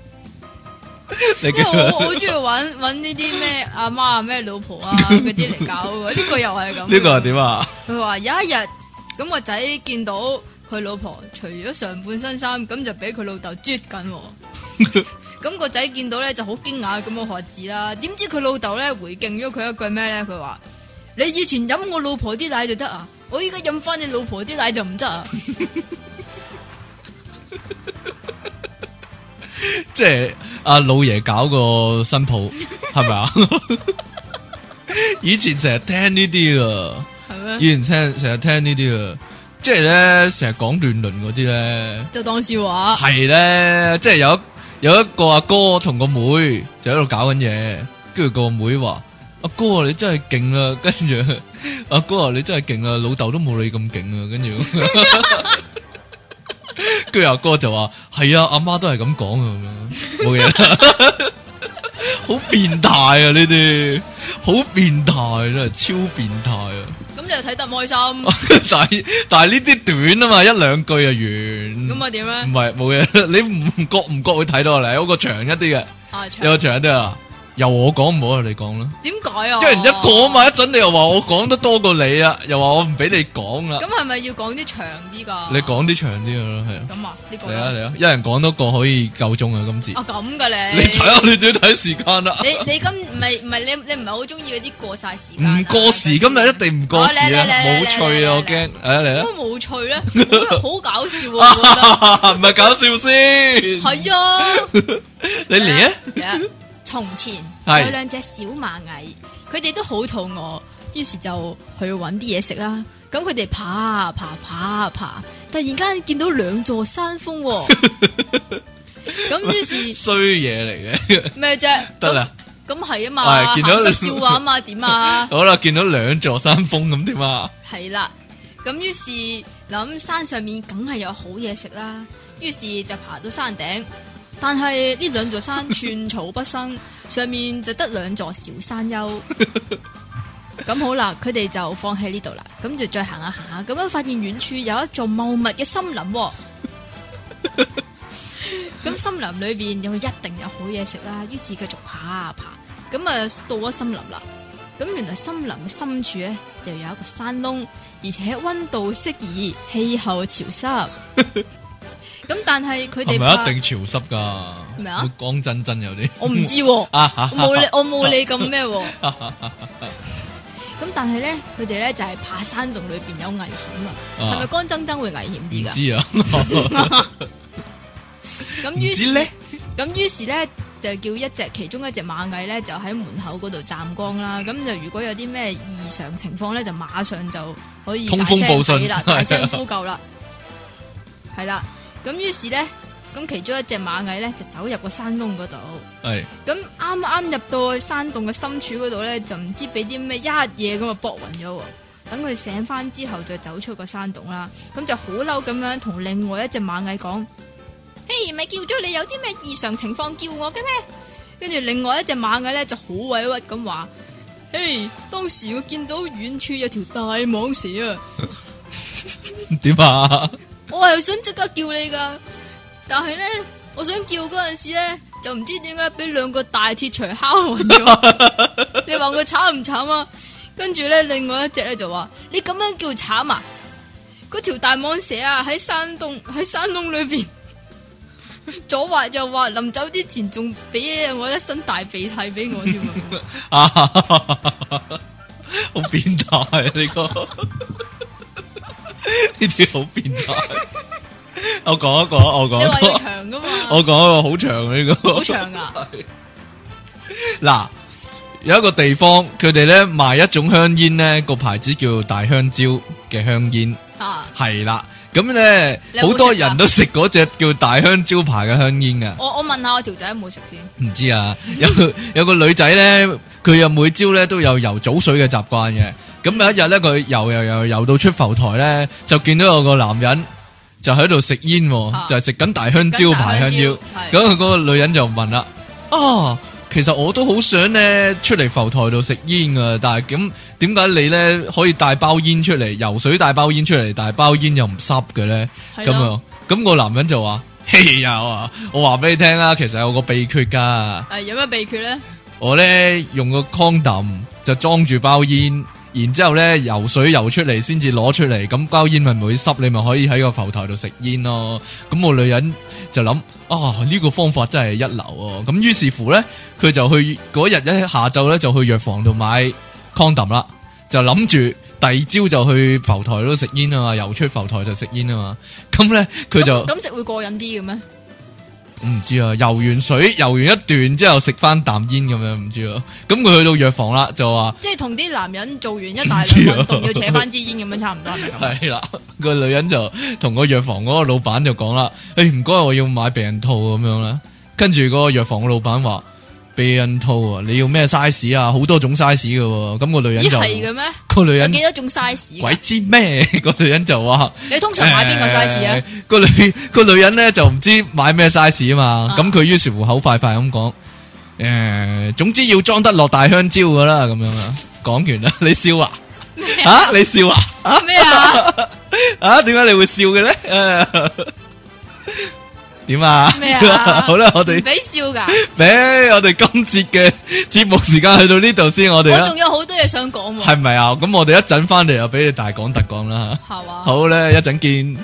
A: 你
B: 因為
A: 叫
B: 我我
A: 佢
B: 好中意揾揾呢啲咩阿媽啊、咩老婆啊嗰啲嚟搞嘅，呢個又係 咁。
A: 呢個係？點啊？
B: 佢話有一日咁個仔見到佢老婆除咗上半身衫，咁就俾佢老豆啜緊喎。 咁個仔見到咧就好驚訝咁嘅喝止啦。點知佢老豆咧回敬咗佢一句咩咧？佢話：你以前飲我老婆啲奶就得啊，我依家飲翻你老婆啲奶就唔 得啊！
A: 即係阿老爺搞個新抱，係咪啊？ 以前成日聽呢啲噶，
B: 係
A: 以
B: 咩？
A: 前聽成日聽呢啲噶，即係咧成日講亂倫嗰啲咧。
B: 就當笑話。
A: 系咧，即系有一有一个阿哥同个妹就喺度搞紧嘢，跟住个妹话：阿哥啊，你真系劲啦！跟住 阿哥啊，你真系劲啦，老豆都冇你咁劲啊！跟住，跟住阿哥就话：系啊，阿妈都系咁讲啊，咁样冇嘢啦。 好变态啊！呢啲好变态真系超变态啊！
B: 咁你又睇得唔開心，
A: 但系但系呢啲短啊嘛，一两句就完。
B: 咁啊點
A: 唔
B: 咧？
A: 系冇嘢， 你唔覺唔覺會睇到啊嚟？有個長一啲嘅，
B: 啊，
A: 有個
B: 長
A: 長一啲啊。由我講唔好啊，你講啦。
B: 點解啊？
A: 一人一個啊嘛，一陣你又話我講得多過你啊，又話我唔俾你講啦
B: 咁。係咪要講啲長啲㗎？
A: 你講啲長啲嘅啦，係啊，
B: 咁啊？呢個
A: 嚟啊嚟啊，一人講多個可以夠鐘啊，今次。
B: 啊咁噶你
A: 你睇下你自己睇時間啦，
B: 你你今唔係唔係你你唔係好中意嗰啲過晒時間啊
A: 唔過時今日一定唔過時
B: 哦嚟
A: 啊
B: 嚟，嚟
A: 冇
B: 哦嚟
A: 趣
B: 嚟
A: 啊，我
B: 嚟
A: 驚。嚟啊嚟
B: 都冇趣 咧，好好搞笑啊！我覺得
A: 啊， 唔係搞笑先，
B: 係啊，
A: 你嚟啊！
B: 嚟啊！從前
A: 係
B: 有兩隻小螞蟻，佢哋都好肚餓，於是就去揾啲嘢食啦。咁佢哋爬啊爬爬啊爬，突然間見到兩座山峰 喎，咁於是
A: 衰嘢嚟嘅，
B: 咩啫？
A: 得啦。
B: 咁，咁係啊嘛，
A: 係
B: 鹹
A: 見到
B: 濕笑話 啊嘛，點啊？
A: 好啦，見到兩座山峰咁點啊？
B: 系啦，咁於是諗山上面梗係有好嘢食啦，於是就爬到山頂。但係呢兩座山寸草不生，上面就得兩座小 山丘。咁好啦，佢哋就放棄呢度啦，咁就再行下行下，咁樣發現遠處有一座茂密嘅森 林、喎。咁森林裏边有一定有好嘢食啦，於是繼續爬啊爬，咁啊到咗森林啦。咁原來森林嘅深處咧，就有一個山窿，而且温度適宜，氣候潮 濕。咁但係佢
A: 係
B: 哋
A: 咪
B: 怕
A: 一定潮濕噶？
B: 咩啊
A: 會乾真真有啲。
B: 我唔知喎、
A: 啊哈
B: 我冇你，我冇你咁咩喎。咁但係咧，佢哋咧就係、怕山洞裏邊有危險啊，
A: 啊
B: 係咪乾爭爭會危險
A: 唔
B: 啲㗎？
A: 知啊，
B: 咁
A: 唔
B: 於
A: 知
B: 是
A: 咧，
B: 咁於是咧就叫一隻其中一隻螞蟻咧就喺門口嗰度站崗啦。咁就如果有啲咩異常情況咧，就馬上就可以
A: 通風報信
B: 大聲睇啦，大聲呼救啦。係啦，咁於是咧，咁其中一隻螞蟻咧就走入個山窿嗰度。
A: 係
B: 咁啱啱入到去山洞嘅深處嗰度咧，就唔知俾啲咩一嘢咁啊搏暈咗喎。等佢醒翻之後，就走出個山洞啦。咁就好嬲咁樣同另外一隻螞蟻講：，嘿，咪叫咗你有啲咩異常情況叫我嘅咩？跟住另外一隻螞蟻咧就好委屈咁話：，嘿，當時我見到遠處有條大蟒蛇啊！
A: 點啊？
B: 我又想即刻叫你噶，但系咧，我想叫嗰阵时咧，就唔知点解俾兩個大鐵錘敲暈咗。 你話佢慘唔慘啊？跟住咧，另外一隻咧就話：你咁樣叫慘啊！嗰條大蟒蛇啊，喺山洞 喺山窿裏边 左滑右滑，臨走之前仲俾我一身大鼻涕俾 我添啊！
A: 啊，好變態啊！呢個 呢啲好變態。我講一個，我講
B: 你話
A: 一
B: 要
A: 個，
B: 長噶嘛？
A: 我講一個好長嘅呢個，
B: 好長啊！
A: 嗱，有一個地方，佢哋咧賣一種香煙咧，個牌子叫大香蕉嘅香煙，
B: 啊，
A: 係啦。咁咧
B: 你，有冇
A: 好多
B: 食啊
A: 人都食嗰只叫大香蕉牌嘅香煙噶。
B: 我我问下我條仔有冇食先？
A: 唔知啊， 有有個女仔咧，佢又每朝咧都有游早水嘅習慣嘅。咁有一日咧，佢游游游游到出浮台咧，就見到有個男人就喺度食煙喎，
B: 啊
A: 就係食緊大香蕉牌香蕉。
B: 係
A: 咁嗰個女人就問啦：啊，其實我都好想咧出嚟浮台度食煙噶，但係咁點解你咧可以帶包煙出嚟，游水帶包煙出嚟，但係包煙又唔濕嘅咧？
B: 係
A: 咁
B: 咯
A: 樣，咁個男人就話： 嘿有啊！我话俾你听啦，其实有个秘诀噶，
B: 诶，啊有咩秘诀咧？
A: 我咧用个 condom 就装住包烟，然之后咧游水游出嚟先至攞出嚟，咁包烟咪唔会湿，你咪可以喺个浮台度食烟咯。咁我女人就諗啊，呢、個方法真係一流啊！咁於是乎咧，佢就去嗰日一下晝咧就去藥房度買 condom 啦，就諗住第二朝就去浮台度食煙啊嘛，游出浮台就食煙啊嘛。咁咧佢就
B: 咁咁食會過癮啲嘅咩？
A: 唔知啊，游完水游完一段之後食翻啖煙咁樣，唔知啊。咁佢去到藥房啦，就話。
B: 即係同啲男人做完一大輪運動
A: 唔知啊
B: 要扯翻支煙咁樣差唔多係咪咁？
A: 系啦，個女人就同個藥房嗰個老闆就講啦：，诶、唔該，我要買避孕套咁樣啦。跟住個藥房個老闆話：避孕套啊，你要咩 size 啊？好多種 size 嘅喎。咁、個女人
B: 咦
A: 就
B: 係嘅咩？
A: 個女
B: 有
A: 人
B: 幾多種 size
A: 鬼
B: 㗎？
A: 知咩？個女人就話：
B: 你通常買邊個 size 啊
A: 誒？？個女個女人咧就唔知買咩 size 啊嘛。
B: 啊
A: 咁佢於是乎口快快咁講：，诶、總之要裝得落大香蕉噶啦，咁樣啊。講完啦， 你笑啊？啊，你笑啊？ 啊？
B: 咩啊？
A: 啊，点解你会笑嘅咧？ 誒点啊？
B: 咩啊？
A: 好啦， 我哋
B: 唔俾笑噶，
A: 俾我哋今节嘅节目时间去到呢度先，我哋
B: 我
A: 啦
B: 仲，有好多嘢想講喎，
A: 系咪啊？咁我哋一阵翻嚟又俾你大讲特讲啦
B: 係
A: 吓。
B: 嘛？
A: 好咧，一阵见。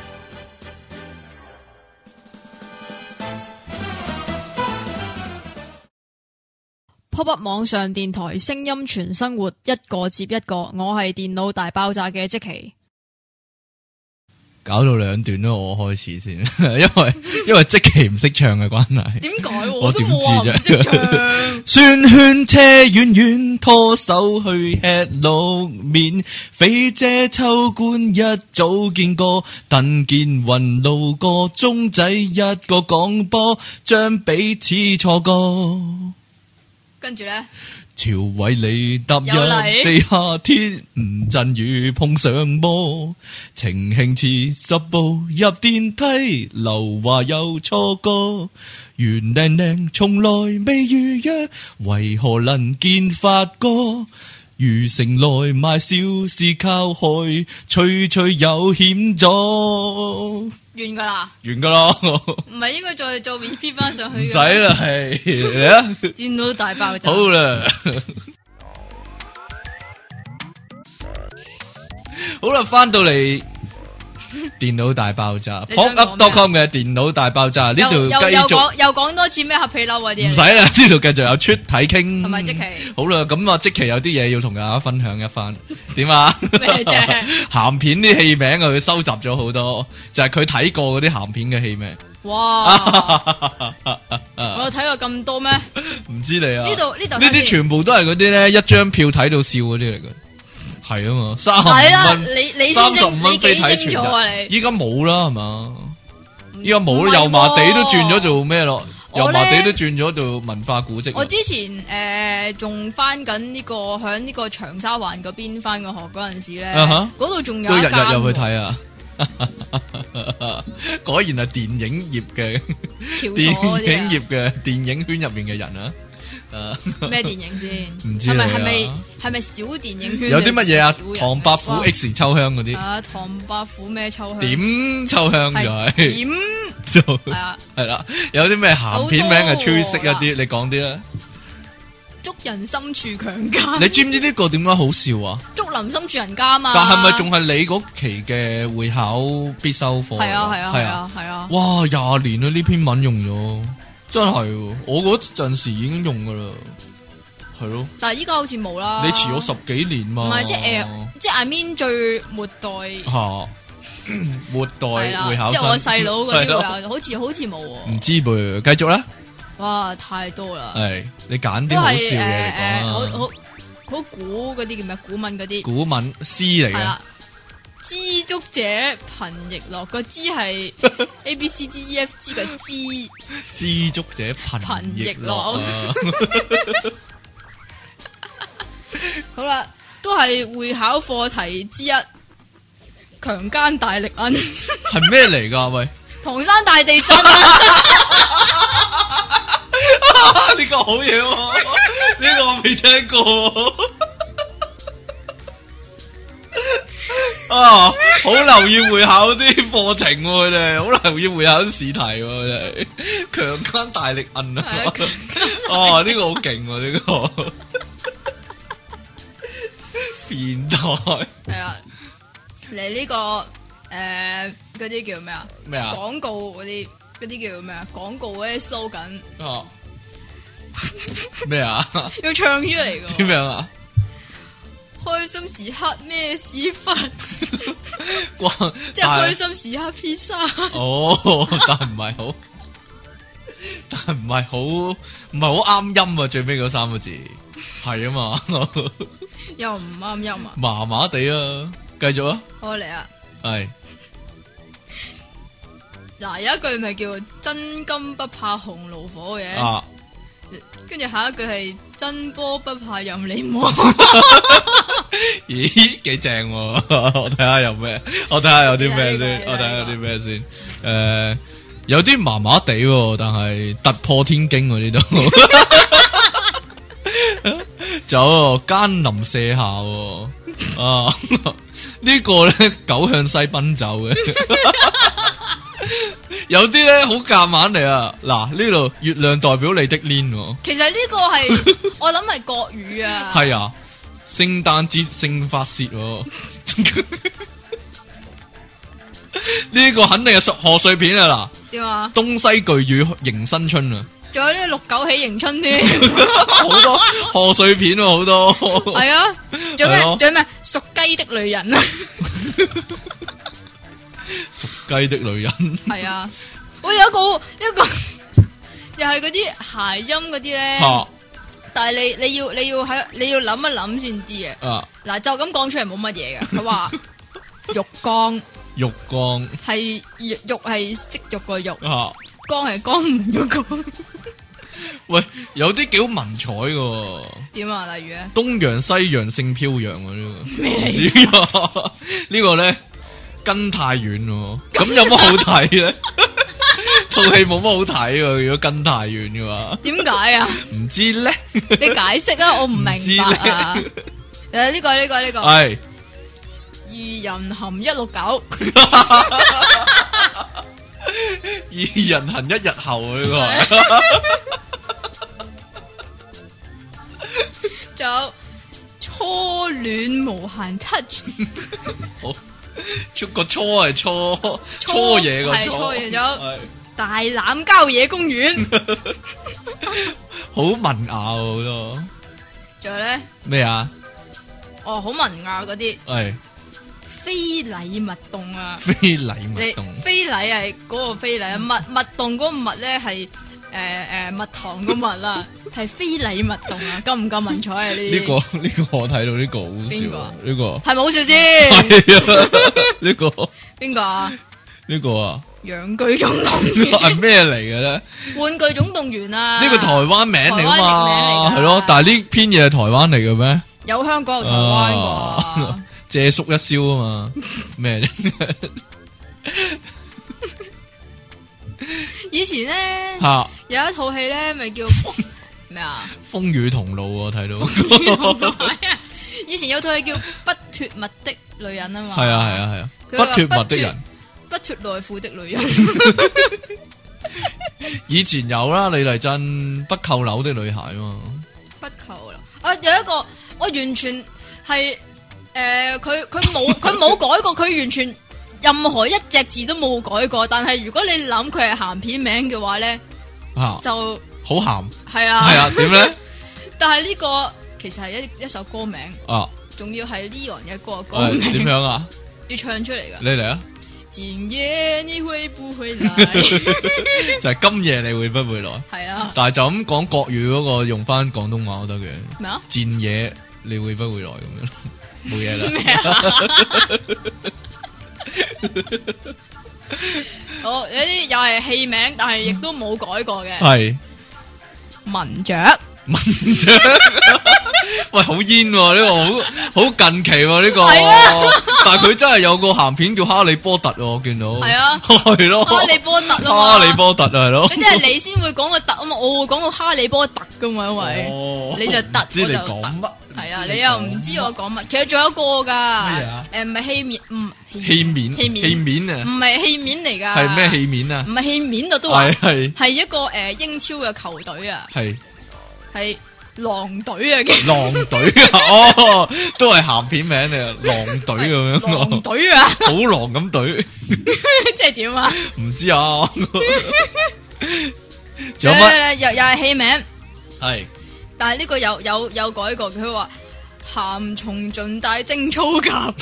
B: pop up 网上电台，声音全生活，一个接一个。我系电脑大爆炸嘅即奇，
A: 搞到兩段咯，我開始先， 因為因为即期唔識唱嘅關係。
B: 点解
A: 我
B: 我
A: 都
B: 都
A: 冇
B: 冇
A: 話唔
B: 话唔
A: 識
B: 识
A: 唱
B: 唱？
A: 酸圈車遠遠，拖手去吃路面。肥姐秋官一早見過，鄧健雲路過，鐘仔一個講波，將彼此錯過。
B: 跟住咧，
A: 朝偉你踏入
B: 有嚟
A: 地下天，唔陣雨碰上魔，情興似十步入電梯，劉華又錯過，袁靚靚從來未預約，為何能見發哥？如城內賣笑是靠害，吹吹有險阻。
B: 完噶啦，
A: 完噶咯，
B: 唔系應該再做 repeat 翻上
A: 唔
B: 去
A: 使
B: 嘅
A: 啦， 係嚟啊！
B: 電腦大爆炸
A: 好。啦，好啦，翻到嚟電腦大爆炸
B: 你想講咩啊
A: ，popup.com 嘅電腦大爆炸呢
B: 又
A: 度
B: 又
A: 繼
B: 又
A: 續
B: 講又講多次咩合皮褸嗰
A: 唔
B: 啲
A: 使
B: 嘢，
A: 啦， 呢度繼續有出體傾，
B: 同埋即奇
A: 好啦，咁啊，即期有啲嘢要同大家分享一番，點啊？
B: 咩啫？
A: 鹹片啲戲名啊，佢收集咗好多，就係佢睇過嗰啲鹹片嘅戲名，
B: 哇！ 我有睇過咁多咩？
A: 唔知你啊？
B: 呢度呢度
A: 呢啲
B: 睇先
A: 全部都係嗰啲咧，一張票睇到笑嗰啲嚟嘅，係啊嘛，三十
B: 係啦，
A: 五蚊。
B: 你你先
A: 三十五
B: 精，
A: 蚊
B: 你
A: 飛
B: 幾
A: 睇
B: 清
A: 全
B: 楚啊
A: 日，
B: 你？
A: 依家冇啦係嘛？依家冇
B: 唔
A: 啦，
B: 係
A: 油麻地都
B: 喎
A: 轉咗做咩咯？
B: 我
A: 油麻地
B: 呢
A: 都轉咗做文化古蹟啦。啊
B: 我之前诶仲翻緊呢個喺呢個長沙灣嗰邊翻個學嗰陣時咧，
A: 啊哈
B: 嗰度仲有
A: 都
B: 一
A: 日
B: 間
A: 日入去
B: 喎
A: 睇啊！ 果然係電影業嘅
B: 翹
A: 電
B: 楚嗰
A: 影
B: 啲啊
A: 業嘅電影圈入面嘅人啊，啊
B: 啊咩電影先？
A: 唔知
B: 係咪
A: 你啊
B: 係咪係咪小電影圈？
A: 有啲乜嘢啊？唐伯虎
B: 虎
A: X 秋香嗰啲
B: 啊，唐伯虎咩秋香？
A: 點秋香就
B: 係
A: 係
B: 點？
A: 就
B: 係啊，
A: 係啦，有啲咩鹹片名嘅趨色一啲，你講啲啦。
B: 捉人深處強姦，
A: 你知唔知呢個點解好笑啊？
B: 捉林深處人家嘛？
A: 但係咪仲係你嗰期嘅會考必修課？
B: 係啊係啊係啊係啊！
A: 哇，廿年啦呢篇文用咗，真係喎！我嗰陣時已經用噶啦，係咯，
B: 但係依家好似冇啦。
A: 你遲咗十啊幾年嘛？
B: 啊唔係即係呃诶，即係 I mean 最末代。
A: 嚇末
B: 系
A: 代
B: 啦
A: 哦會，考
B: 即係
A: 生
B: 我細佬嗰啲會
A: 係咯
B: 考，好似好似冇喎。
A: 唔知噃，繼續啦，
B: 哇，太多啦，
A: 係你揀
B: 啊都
A: 嗯啲好笑
B: 係
A: 嘢
B: 誒誒，
A: 嚟講
B: 好
A: 啊！
B: 好好古嗰啲叫咩古文嗰啲，
A: 古文詩嚟嘅
B: 係啦。知足者貧亦樂，個知 係 A B C D E F G 嘅知，
A: 知足者貧
B: 貧
A: 亦
B: 亦
A: 樂啊，
B: 好啦，都係會考課題之一。強姦大力 恩，
A: 係咩嚟㗎？喂！
B: 唐山大地震啊！
A: 啊！呢個好嘢喎， 呢個我未聽 過喎。啊！好留意會考啲課程喎，佢哋好留意會考啲試題喎，佢哋強奸大力摁
B: 係
A: 啊
B: 啊強！
A: 哦，呢個好勁喎，呢 個 變態
B: 系啊，嚟呢個诶嗰啲叫咩啊？
A: 咩啊？
B: 廣告嗰啲嗰啲叫咩啊？廣告嗰啲 slogan
A: 哦，咩啊？
B: 要唱出嚟
A: 點
B: 噶，
A: 樣啊？
B: 開心時刻咩屎 忽，
A: 哇！
B: 即係
A: 但
B: 開心時刻 pizza，
A: 哦， 但唔係好，但唔係好，唔係好啱音啊！最尾嗰三個字係啊嘛，
B: 又唔啱音啊！
A: 麻麻地啊，繼續啊，
B: 我嚟啊！
A: 係
B: 嗱，有一句咪叫真金不怕紅爐火嘅，
A: 啊，
B: 跟住下一句係真波不怕任 你摸，
A: 咦，幾正喎！ 我睇下有咩，我睇下有啲咩
B: 呢
A: 先，
B: 個
A: 我睇下有
B: 呢個
A: 啲咩先，誒，有啲麻麻地喎，但係突破天驚喎呢度。 仲有奸林射下喎，啊！ 呢個咧狗向西奔走嘅， 有啲咧好夾硬嚟啊！嗱，呢度月亮代表你的 l 喎，
B: 其實呢個係 我諗係國語啊，
A: 係啊，聖誕節聖發泄喎， 呢個肯定係賀歲片啊！
B: 點啊
A: 嗱，？東西巨乳迎新春啊，
B: 仲有呢個六九起迎 春添，
A: 好多賀歲片喎，好 多。
B: 係啊！仲有咩
A: 係咯？
B: 仲有咩？屬雞的女 人啊！
A: 属鸡的女人
B: 系啊，我有一个一个 又系嗰啲諧音嗰啲咧，
A: 吓
B: 但系你你要你要喺你要谂一谂先知嘅。
A: 啊，
B: 嗱就咁講出嚟冇乜嘢嘅，佢話浴缸
A: 浴缸
B: 係浴浴係色浴個浴，
A: 啊，
B: 缸係江唔嗰個
A: 喂，有啲幾好文采嘅，
B: 點啊？例如咧，
A: 東洋西洋性飄揚啊呢個，
B: 咩嚟
A: 唔知啊 呢個咧跟太遠喎，咁有乜好睇 咧？套戲冇乜好睇喎，如果跟太遠嘅話，
B: 點解啊？
A: 唔知咧，
B: 你解 釋啊，我唔明
A: 知
B: 白啊！誒呢個呢個 呢個
A: 係
B: 漁人含一 六九，
A: 二人行一日後啊呢個係，
B: 仲有初戀無限 touch。
A: 好出個初係初初嘢個
B: 係
A: 初，
B: 初嘢咗
A: 係
B: 大欖郊野公園，
A: 好文雅喎好多
B: 仲有咧，
A: 咩啊？
B: 哦，好文雅嗰啲
A: 係。
B: 非禮勿動啊！
A: 非禮
B: 你
A: 勿動，
B: 非禮係嗰個非禮啊，勿勿動嗰個勿咧係诶诶蜜糖個勿啦，係非禮勿動啊，夠唔夠文采啊？呢
A: 呢
B: 啲
A: 個呢個我睇到呢個好
B: 邊
A: 笑
B: 個
A: 啊
B: 啊，
A: 呢個
B: 係咪好笑 先？
A: 係啊，呢個
B: 邊個啊？
A: 呢個啊
B: 洋具總動 員，
A: 係咩嚟嘅咧？
B: 玩具總動員啊！
A: 呢個台灣名嚟㗎嘛，
B: 台灣譯名嚟㗎
A: 係咯，但係呢篇嘢係台灣嚟嘅咩？
B: 有香港有台灣
A: 啊
B: 啩？
A: 借宿一宵啊嘛，咩 啫？
B: 以前咧
A: 吓，
B: 有一套戲咧，咪叫 咩啊？
A: 啊風雨同路啊，睇到
B: 以前有套戲叫《不脱襪的女人》啊嘛，
A: 係啊係啊係啊，不
B: 佢話
A: 脱襪的人。
B: 不脱內褲的女 人，
A: 以前有啦，李麗珍不扣樓的女孩嘛，
B: 不求啦。啊，有一個我完全係诶，佢佢冇佢冇改過，佢完全任何一隻字都冇改過。但係如果你諗佢係鹹片名嘅話咧，
A: 吓
B: 就
A: 啊好鹹，
B: 係啊。
A: 係啊，點 咧？
B: 但係呢個其實係一一首歌名，
A: 啊，
B: 仲要係 Leon 嘅歌歌
A: 誒點
B: 名，
A: 樣啊？
B: 要唱出嚟噶。
A: 你嚟啊！
B: 今夜你會不 會來？
A: 就係今夜你會不會來？
B: 係啊，
A: 但係就咁講國語嗰個用翻廣東話都得嘅。
B: 咩啊？
A: 戰野你會不會來咁樣？冇嘢啦。
B: 咩啊？好，有啲又係戲名，但係亦都冇改過嘅。
A: 係哦
B: 文雀
A: 文章，喂，好煙喎！呢個好好近期喎，呢個
B: 係啊。
A: 但係佢真係有個鹹片叫《哈利波特》喎，我見到。
B: 係啊
A: 係咯。
B: 哈利波特啊
A: 哦哈利
B: 嘛，
A: 波特啊，係咯
B: 咁。即係你先會講個特啊嘛，我會講個哈利波特噶嘛，因為
A: 哦
B: 你就突
A: 唔知
B: 我
A: 你
B: 就
A: 講乜？
B: 係係啦，你又唔知我講乜？其實仲有一個
A: 咩
B: 噶
A: 啊，
B: 誒唔係戲面，唔
A: 器面
B: 器
A: 器
B: 面，
A: 面
B: 唔
A: 啊，
B: 係戲面嚟噶，
A: 係咩？器面啊
B: 唔？係戲面啊，都話
A: 係係
B: 係一個誒英超嘅球隊啊，
A: 係
B: 係狼隊啊，嘅
A: 狼隊啊！哦，都係鹹片名嚟啊，狼隊咁樣
B: 狼
A: 喎，
B: 隊啊，
A: 好狼咁隊，
B: 即係點啊？
A: 唔知啊。仲有乜？
B: 誒又又係戲名。
A: 係
B: 但系呢個有有有改過，佢話咸蟲盡帶精粗甲，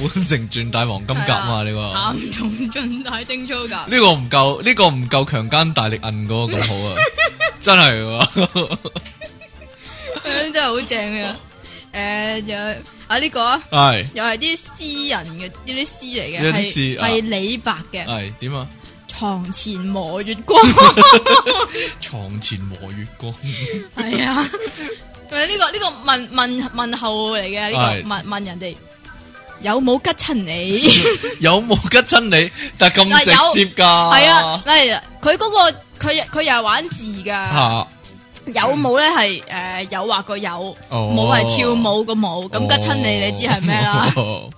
A: 滿城轉大黃金甲啊！呢個。
B: 咸蟲盡帶精粗甲，
A: 呢个唔够，呢、个唔够强奸大力摁嗰个咁好 啊！真系喎，
B: 真係好正嘅。诶，又啊呢個啊，
A: 系
B: 又係啲詩人嘅呢啲詩嚟
A: 呢
B: 嘅，
A: 啲詩
B: 係
A: 啊
B: 係李白嘅
A: 系点啊？
B: 床前磨月光，
A: 床前磨月光，
B: 係啊。喂，呢個呢個問問問候嚟嘅，呢
A: 係
B: 個問問人哋有冇吉親 你？
A: 有冇吉亲你？但咁
B: 啊嗱有
A: 直接噶，
B: 係啊，例如佢嗰個佢佢又係玩字㗎。
A: 吓
B: 有舞咧係诶有畫個有，
A: 哦
B: 舞係跳舞個舞，咁吉親你你知係 咩啦？
A: 哦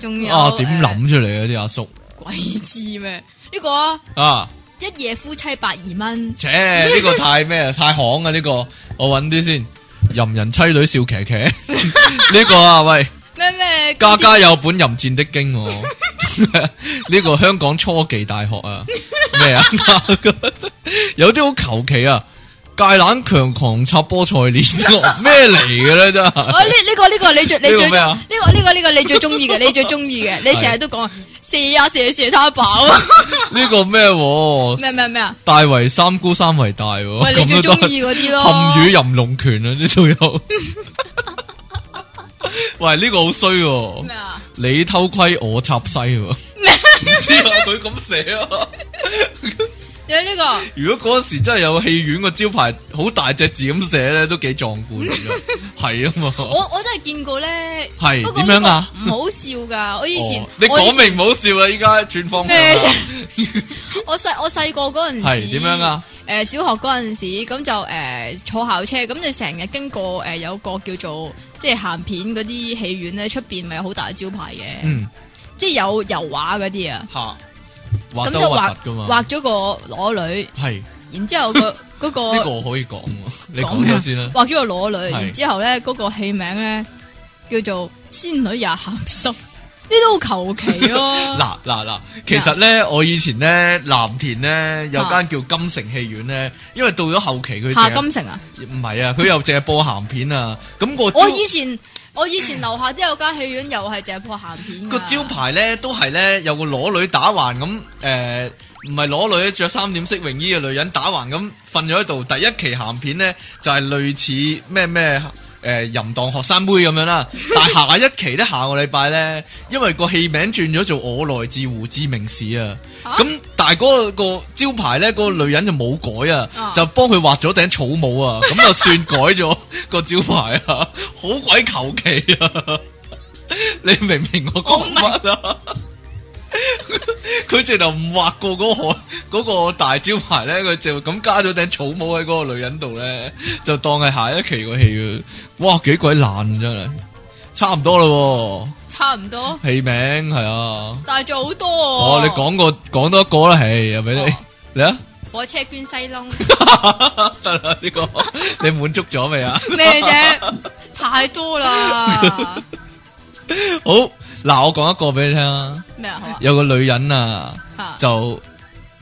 B: 仲有
A: 啊，点
B: 呃
A: 谂出嚟啊？啲阿叔
B: 鬼知咩？呢個啊
A: 啊，
B: 一夜夫妻百二蚊，
A: 切呢个太咩 啊？太行啊！呢个我搵啲先，淫人妻女笑騎騎 呢个啊，喂。
B: 咩咩
A: 家家有本淫戰的經喎，呢個香港初技大學啊，咩啊？ 有啲好求其啊，芥蘭強狂插菠菜鏈，咩嚟嘅咧真係？
B: 哦呢呢個呢個你最你
A: 呢個
B: 最
A: 咩
B: 呢
A: 啊
B: 個呢個呢個你最中意嘅，你最中意嘅，你成日都講射啊射射他飽啊
A: 呢個咩喎？
B: 咩咩咩啊？
A: 大為三姑三為大喎，
B: 喂，你最
A: 哦咁
B: 中
A: 都得
B: 意嗰啲咯
A: 含？魚淫龍拳啊，呢度 有。喂，呢、個好衰喎
B: 咩！啊？
A: 你偷窺我插西喎， 唔知啊，佢咁寫啊。
B: 有呢個
A: 如果嗰時真係有戲院個招牌好大隻字咁寫咧，都幾壯觀㗎， 係啊嘛。
B: 我我真係見過咧，
A: 係
B: 不過
A: 點樣啊
B: 呢個唔好笑噶，我以前
A: 哦你
B: 我以前
A: 講明唔好笑啊啦，依家轉方向啊
B: 咩
A: 啦。
B: 我细我细个嗰阵
A: 係
B: 时
A: 點樣啊？
B: 诶、小學嗰陣時，咁就诶、誒坐校車，咁你成日經過诶、誒有個叫做即係鹹片嗰啲戲院咧，出邊咪有好大嘅招牌嘅，
A: 嗯，
B: 即係有油畫嗰啲啊，
A: 嚇，
B: 咁
A: 畫
B: 就
A: 得好
B: 畫
A: 核突㗎嘛
B: 畫。咗個裸女，
A: 係
B: 然之後個嗰個
A: 呢個可以講喎，你
B: 講
A: 講
B: 咩啊
A: 咗先啦。
B: 畫咗個裸女，
A: 係
B: 然之後咧嗰個戲名咧叫做《仙女也鹹 濕》，呢都好求其咯，
A: 嗱嗱嗱，其實咧，我以前咧藍田咧有間叫金城戲院咧，因為到咗後期佢
B: 夏
A: 淨係
B: 金城啊，
A: 唔係啊，佢又淨係播鹹片啊，咁個招
B: 我以前我以前樓下都有間戲院，又係淨係播鹹片㗎
A: 个招牌咧都系咧有个裸女打橫咁，诶、唔係裸女着三點式泳衣嘅女人打橫咁瞓咗喺度。第一期鹹片咧就係類似咩咩诶淫蕩學生妹咁樣啦，但係下一期咧下個禮拜咧，因為個戲名轉咗做我來自胡志明市啊，
B: 啊
A: 咁、但係嗰個招牌咧，嗰、個女人就冇改啊，
B: 啊
A: 就幫佢畫咗頂草帽啊，咁就算改咗個招牌啊，好鬼求其啊！你明唔明我講乜啊？ 佢直頭唔畫過嗰、個海嗰個大招牌咧，佢就咁加咗頂草帽喺嗰個女人度咧，就當係下一期個戲嘅。哇，幾鬼爛真係，差唔多啦
B: 差唔多。
A: 喎，戲名係啊。
B: 但系仲好多
A: 哦，
B: 哦
A: 你講個講多一個啦，係又俾你
B: 哦
A: 你啊，
B: 火車捐西 窿
A: 得啦呢個 你滿足咗未啊？
B: 咩啫？太多 啦，
A: 好，嗱我講一個俾你聽啊，
B: 咩啊？好啊
A: 有個女人啊。
B: 啊，
A: 就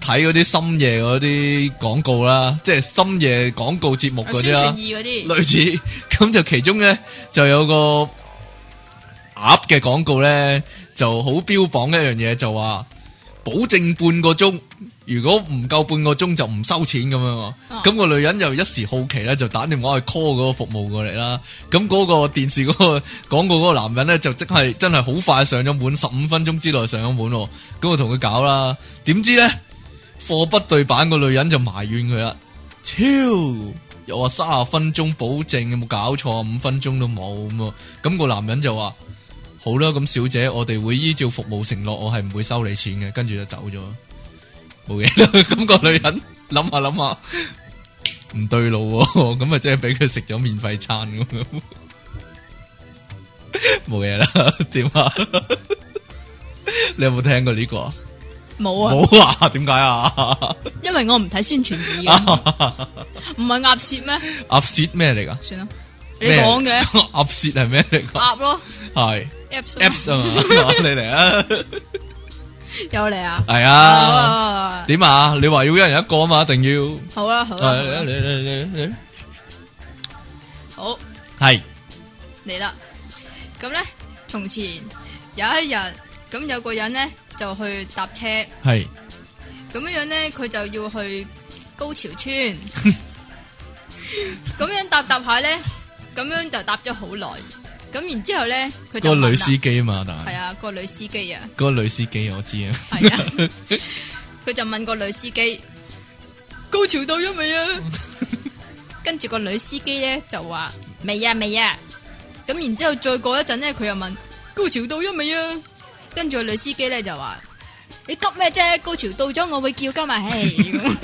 A: 睇嗰啲深夜嗰啲廣告啦，即係深夜廣告節目嗰啲
B: 啊宣傳
A: 啦，
B: 二嗰啲
A: 類似 咁就其中咧就有個鴨嘅廣告咧，就好標榜一樣嘢，就話保證半個鐘，如果唔夠半個鐘就唔收錢咁樣喎。
B: 哦
A: 咁、個女人又一時好奇咧，就打電話去 call 嗰個服務過嚟啦。咁嗰個電視嗰個 廣告嗰個男人咧，就即係真係好快上咗門，十五分鐘之內上咗門喎。咁我同佢搞啦，點知咧貨不對版個女人就埋怨佢啦，超！又話三十分鐘保證，有冇搞錯啊？五分鐘都冇咁喎。咁、個男人就話。好啦，咁小姐，我哋會依照服務承諾，我係唔會收你錢嘅，跟住就走咗，冇嘢啦。咁個女人谂下諗下，唔對路喎，咁啊即係俾佢食咗免費餐咁樣，冇嘢啦，點啊？ 你有冇聽過呢個啊？
B: 冇啊，
A: 冇啊？點解啊？
B: 因為我唔睇宣傳語嘅，唔係鴨舌咩？
A: 鴨舌咩嚟噶？
B: 算啦，你講 嘅
A: 鴨舌 係咩嚟噶？
B: 鴨咯
A: 係
B: ，Apps 咯
A: Apps 啊嘛， 你嚟 啊，
B: 有嚟啊！
A: 係啊。
B: 啊
A: 點啊？你話要一人一個啊嘛，一定要。
B: 好啦好
A: 係
B: 啦
A: 你你你你你
B: 好
A: 係
B: 嚟啦，咁咧從前有一日，咁有個人咧就去搭車，咁
A: 係
B: 樣樣咧佢就要去高潮 村，咁樣搭搭下咧，咁樣就搭咗好耐，咁然之後咧佢就
A: 個女司
B: 司
A: 機啊嘛，但
B: 係
A: 係
B: 啊個女司機啊。
A: 個女司機我知啊。
B: 系啊，佢就问个女司机高潮到咗未啊？ 跟住个女司机咧就话未啊未啊，咁然之后再过一阵咧，佢又问高潮到咗未啊？跟住个女司机咧就话你急咩啫？高潮到咗我会叫噶嘛，唉，咁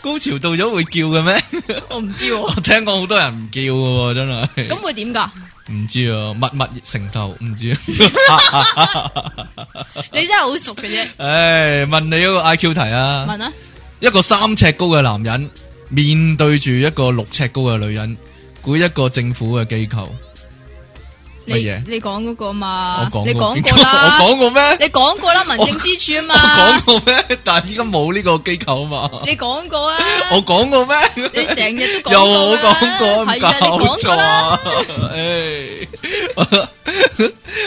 A: 高潮到咗會叫嘅咩？
B: 我唔知喎
A: 我聽講好多人唔叫嘅喎，真係。
B: 咁会点噶？
A: 唔知啊，默默承受，唔知。
B: 你真系好熟嘅啫，
A: 唉，問你一個 I Q 題啊，
B: 问啊，
A: 一個三尺高嘅男人面對住一個六尺高嘅女人，估一個政府嘅機構，
B: 你
A: 乜嘢
B: 你讲嗰个
A: 我
B: 嘛？
A: 講
B: 你
A: 過邊
B: 讲过
A: 個
B: 啦，
A: 我講過咩？
B: 你讲过啦，民政司署
A: 我
B: 啊
A: 講
B: 嘛，
A: 過咩？但係依家冇呢個機構啊嘛。
B: 你讲过啊。
A: 我講過咩？
B: 你成日都講
A: 又
B: 過
A: 冇
B: 啦
A: 講過，唔
B: 係啊，你
A: 搞
B: 講過
A: 錯
B: 啦，
A: 啊！唉，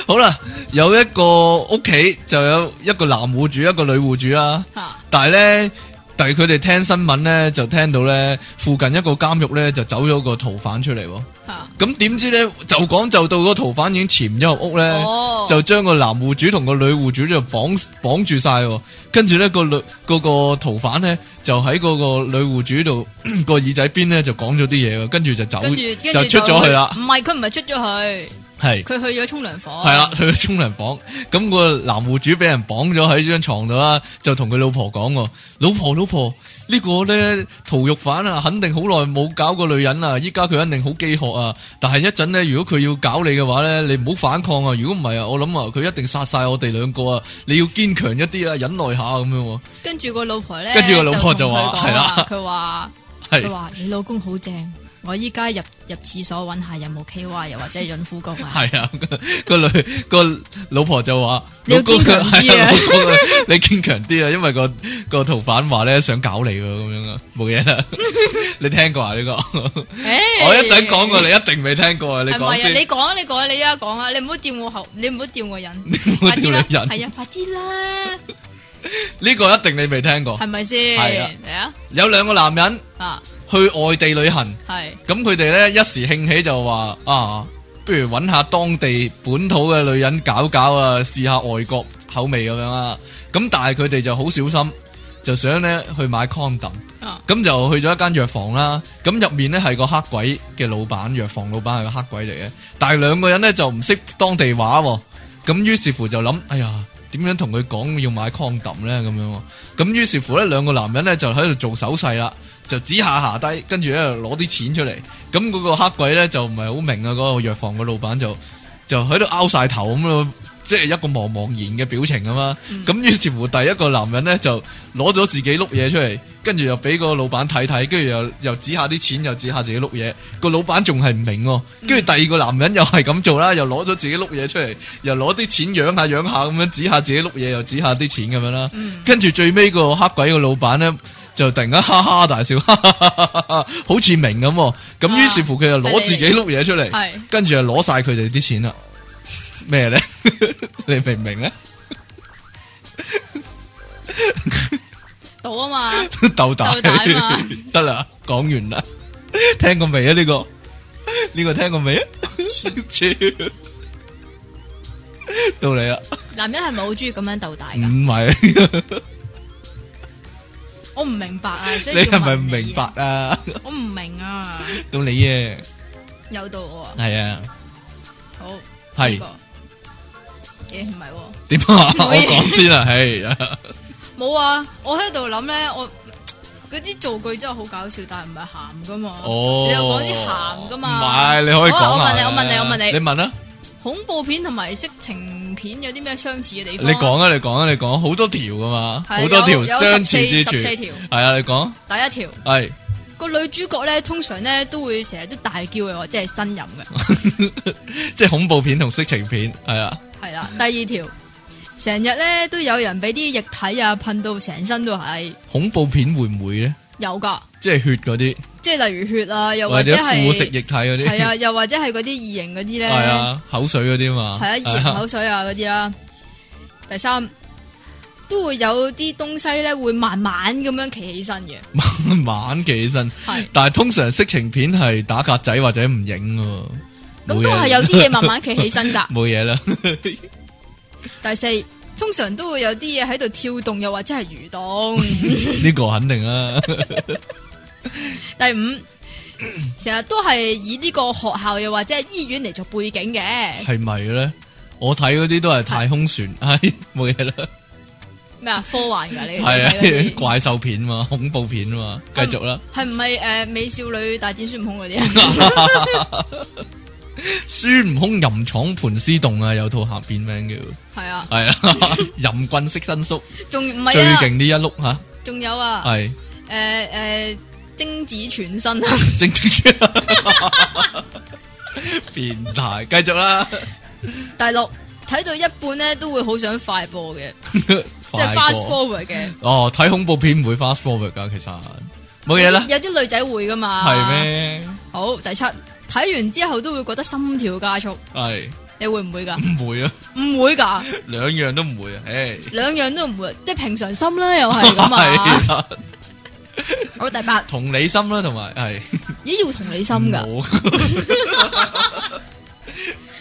A: 好啦，有一個屋企就有一個男户主，一個女户主啊啦。
B: 嚇
A: 但係咧，但係佢哋聽新聞咧，就聽到咧附近一個監獄咧就走咗個逃犯出嚟喎。
B: 嚇
A: 咁點知咧就講就到個逃犯已經潛咗入屋咧，
B: 哦
A: 就將個男户主同個女户主就綁綁住晒喎。跟住咧個女嗰、個逃犯咧就喺嗰個女户主度 個耳仔邊咧就講咗啲嘢喎，跟住就走
B: 跟住跟住
A: 出咗去啦
B: 唔，係佢唔係出咗去，
A: 係
B: 佢去咗沖涼房。
A: 係啦，去咗沖涼房，咁、個男户主俾人綁咗喺張床度啦，就同佢老婆講喎：老婆老婆，呢、個咧逃獄犯啊，肯定好耐冇搞過女人啊啦，依家佢肯定好飢渴啊！但係一陣咧，如果佢要搞你嘅話咧，你唔好反抗啊！如果唔係啊，我諗啊，佢一定殺晒我哋兩個啊！你要堅強一啲啊，忍耐下咁樣喎，
B: 跟住個老婆咧，
A: 跟住個老婆就話
B: 就同佢講
A: 係啦
B: 佢話佢
A: 係
B: 話你老公好正，我依家入入廁所揾下有冇 K Y，又或者潤膚膏 啊。
A: 係啊，個女個老婆就話：
B: 你要堅強啲啊
A: 老公係老公你堅強啲啊，因為個個逃犯話咧想搞你喎，咁樣啊，冇嘢 啦。你聽過啊呢個？
B: 我
A: 我一陣講過，你一定未聽過啊！你
B: 係咪
A: 講
B: 啊？你
A: 先，
B: 講啊，你講啊，你而家講啊，你唔好掂我口，你唔好掂我人，
A: 我
B: 快
A: 條
B: 啲
A: 女
B: 啦，
A: 人
B: 係啊，快啲啦，
A: 呢個一定你未聽過
B: 係。咪先？
A: 係啊
B: 嚟啊，
A: 有兩個男人
B: 啊，
A: 去外地旅行，
B: 係
A: 咁佢哋咧一時興起就話啊，不如揾下當地本土嘅女人搞搞啊，試下外國口味咁樣啊。咁但係佢哋就好小心，就想咧去買 condom。
B: 啊，
A: 咁就去咗一間藥房啦，咁入面呢係個黑鬼嘅老闆，藥房老闆係個黑鬼嚟嘅，但係兩個人呢就唔識當地話喎，咁於是乎就諗，哎呀，點樣同佢講要買 condom 呢？咁樣喎，咁於是乎呢兩個男人呢就喺度做手勢啦，就指下下低，跟住咧攞啲錢出嚟，咁嗰個黑鬼呢就唔係好明啊，嗰、個藥房嘅老闆就就喺度拗晒頭咁咯。即係一個茫茫然嘅表情啊嘛，咁、於是乎第一個男人呢就攞咗自己碌嘢出嚟，跟住又俾個老闆睇睇，跟住又又指下啲錢，又指下自己碌嘢，個老闆仲係唔明喎，跟住第二個男人又係咁做啦，又攞咗自己碌嘢出嚟，又攞啲錢養下養下咁樣指下自己碌嘢，又指下啲錢咁樣啦，跟住、最尾個黑鬼個老闆呢。就突然間哈哈大笑，哈哈哈哈哈好似明咁喎，咁於是乎佢就攞自己碌嘢出嚟，
B: 係
A: 跟住就攞晒佢哋啲錢啦。咩咧？ 你明唔明 咧？
B: 到啊嘛。
A: 斗大
B: 鬥大嘛
A: 得啦，講完啦，聽過未啊？呢、個呢、個聽過未啊？ 超到你啦，
B: 男人系咪好中意咁样斗大噶？
A: 唔係
B: 我唔明 白啊，所以
A: 你
B: 系
A: 係咪唔明白？啊？
B: 我唔明啊，
A: 到你啊，
B: 有到我啊，
A: 係啊，
B: 好
A: 係
B: 呢個咦唔系喎，
A: 點啊？我
B: 冇嘢
A: 講先啊，係啊
B: 冇啊，我喺度諗咧，我嗰嗰啲造句真係好搞笑，但係唔係鹹噶嘛。
A: 哦，
B: 你又講啲鹹㗎嘛
A: 唔係，你可以講
B: 好啊我問你
A: 下
B: 我問你我問你
A: 你問啦，
B: 恐怖片同埋色情片有啲咩相似嘅地方？
A: 你講啊，你講啊，你講，好多條噶嘛，
B: 係
A: 好多條
B: 有
A: 相似之處，
B: 十四
A: 係
B: 條，
A: 啊，你講，
B: 第一條
A: 係
B: 個女主角咧，通常咧都會成日都大叫嘅，或者係呻吟嘅，
A: 即係恐怖片同色情片，係啊，
B: 係啦。第二條成日咧都有人俾啲液體啊噴到成身都係，
A: 恐怖片會唔會咧？
B: 有噶，
A: 即係血嗰啲，
B: 即係例如血啊，又
A: 或者
B: 係
A: 腐蝕液體嗰啲，
B: 係啊，又或者係嗰啲異形嗰啲 咧，
A: 係啊，口水嗰啲嘛，
B: 係啊，異形口水啊嗰啲啦。第三，都會有啲東西咧會慢慢咁樣企起身嘅，
A: 晚企起身，
B: 係
A: 但係通常色情片係打格仔或者唔影喎，
B: 咁
A: 冇嘢。
B: 都係有啲嘢慢慢企起身噶
A: 冇嘢啦，
B: 第四，通常都會有啲嘢喺度跳動，又或者係蠕動。
A: 呢個肯定啊啦，
B: 第五， 成日都係以呢個學校又或者係醫院嚟做背景嘅
A: 係咪咧？我睇嗰啲都係太空船，係冇 嘢啦。
B: 咩啊？科幻噶你
A: 系
B: 你
A: 啊
B: 睇 嗰，啲
A: 怪獸片嘛，恐怖片嘛，繼續啦，
B: 係唔係诶美少女 大戰孫悟空嗰啲？啊
A: 孫悟空吟闖盤絲洞啊，有套鹹片名叫
B: 係啊，
A: 係 啊，淫棍式伸縮
B: 仲唔
A: 最
B: 係啊？
A: 勁呢一碌吓，
B: 仲有啊，
A: 係
B: 诶诶精子全身啊！
A: 正正變態，繼續啦，
B: 第六睇到一半咧都會好想快播嘅， 即
A: 即
B: 係 fast forward 嘅。
A: 哦，睇恐怖片唔會 fast forward 噶，其實冇嘢啦，
B: 有啲女仔會噶嘛？
A: 係？咩？
B: 好，第七睇完之後都會覺得心跳加速，
A: 係
B: 你會唔會噶？
A: 唔會啊，
B: 唔會噶，
A: 兩樣都唔會啊，唉，
B: 兩樣都唔會，即係平常心啦，又係咁啊。
A: 係啊
B: 好，第八，
A: 同理心啦，同埋係
B: 咦要同理心噶。
A: 冇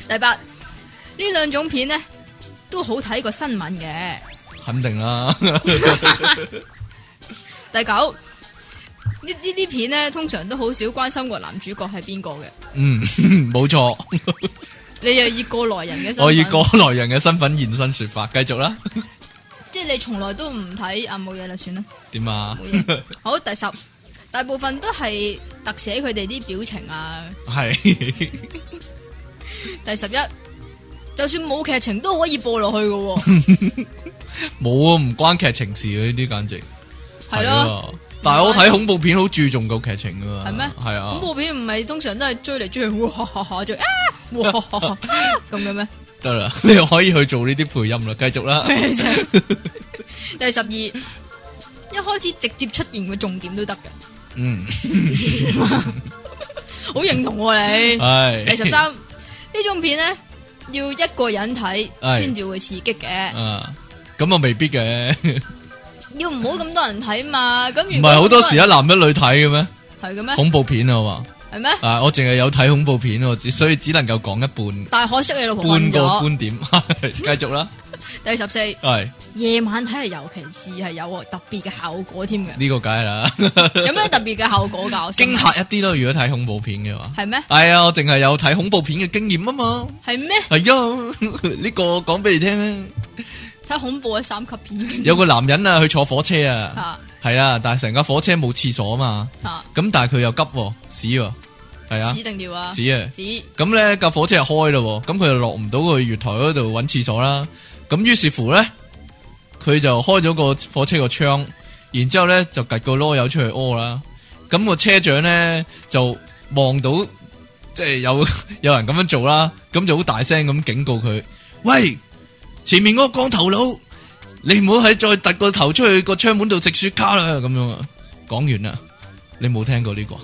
B: 第八呢兩種片呢，都好睇過新聞嘅。
A: 肯定啦。
B: 第九呢呢啲片呢，通常都好少關心個男主角係邊個嘅。
A: 嗯，冇 錯，
B: 你又以過來人嘅身份，
A: 我以過來人嘅身份現身說法，繼續啦。
B: 即係你從來都唔睇啊，冇嘢啦，算啦。
A: 點啊
B: 冇？ 嘢。好，第十，大部分都係特寫佢哋啲表情啊。
A: 係
B: 第十一，就算冇劇情都可以播落去 嘅喎，
A: 冇啊，唔關劇情事嘅呢啲，簡直
B: 係咯。
A: 啊。但係我睇恐怖片好注重個劇情噶嘛，
B: 係咩
A: 係啊
B: 恐，怖片唔係通常都係追嚟追去，哇哈哈追啊，哇哈哈啊咁嘅 咩？
A: 得啦，你可以去做呢啲配音啦，繼續 啦。
B: 第十二，一開始直接出現個重點都得嘅，
A: 嗯，
B: 好認同 喎、
A: 係
B: 你。第十，三，
A: 哎
B: 呢種片呢，要一個人睇
A: 係
B: 先至會刺激嘅，
A: 哎啊，咁啊未必嘅，唔
B: 要唔好咁多人睇嘛。咁如果
A: 係好多時
B: 啊，
A: 一男一女睇嘅咩？
B: 係嘅咩？
A: 恐怖片啊嘛，
B: 係咩？
A: 啊，我淨係有睇恐怖片，我只所以只能夠講一半，
B: 但係可惜你老婆
A: 半
B: 瞓
A: 個
B: 咗。
A: 觀點， 繼續啦，
B: 第十四，
A: 係。
B: 夜晚睇係尤其是係有特別嘅效果添嘅，
A: 呢個梗係 啦，
B: 有咩特別嘅效果㗎？我 想
A: 驚嚇一啲咯。如果睇恐怖片嘅話，
B: 係咩？
A: 係啊，我淨係有睇恐怖片嘅經驗啊嘛。
B: 係咩？
A: 係啊， 呢個講俾你聽啊，
B: 睇恐怖嘅三級片嘅
A: 有個男人啊，去坐火車啊，
B: 嚇
A: 係啦，但係成架火車冇廁所啊嘛，
B: 嚇
A: 咁但係佢又急喎，屎喎，係啊
B: 屎，定尿啊？
A: 屎啊，
B: 屎
A: 咁咧架火車就開咯喎，咁佢就落唔到去月台嗰度揾廁所啦。咁於是乎咧，佢就開咗個火車個窗，然之後咧就趌個啰柚出去屙啦。咁、個車長咧就望到即係有 有人咁樣做啦，咁就好大聲咁警告佢：，喂，前面嗰個光頭佬，你唔好喺再突個頭出去個窗門度食雪卡啦！咁樣啊，講完啦，你冇聽過呢、個？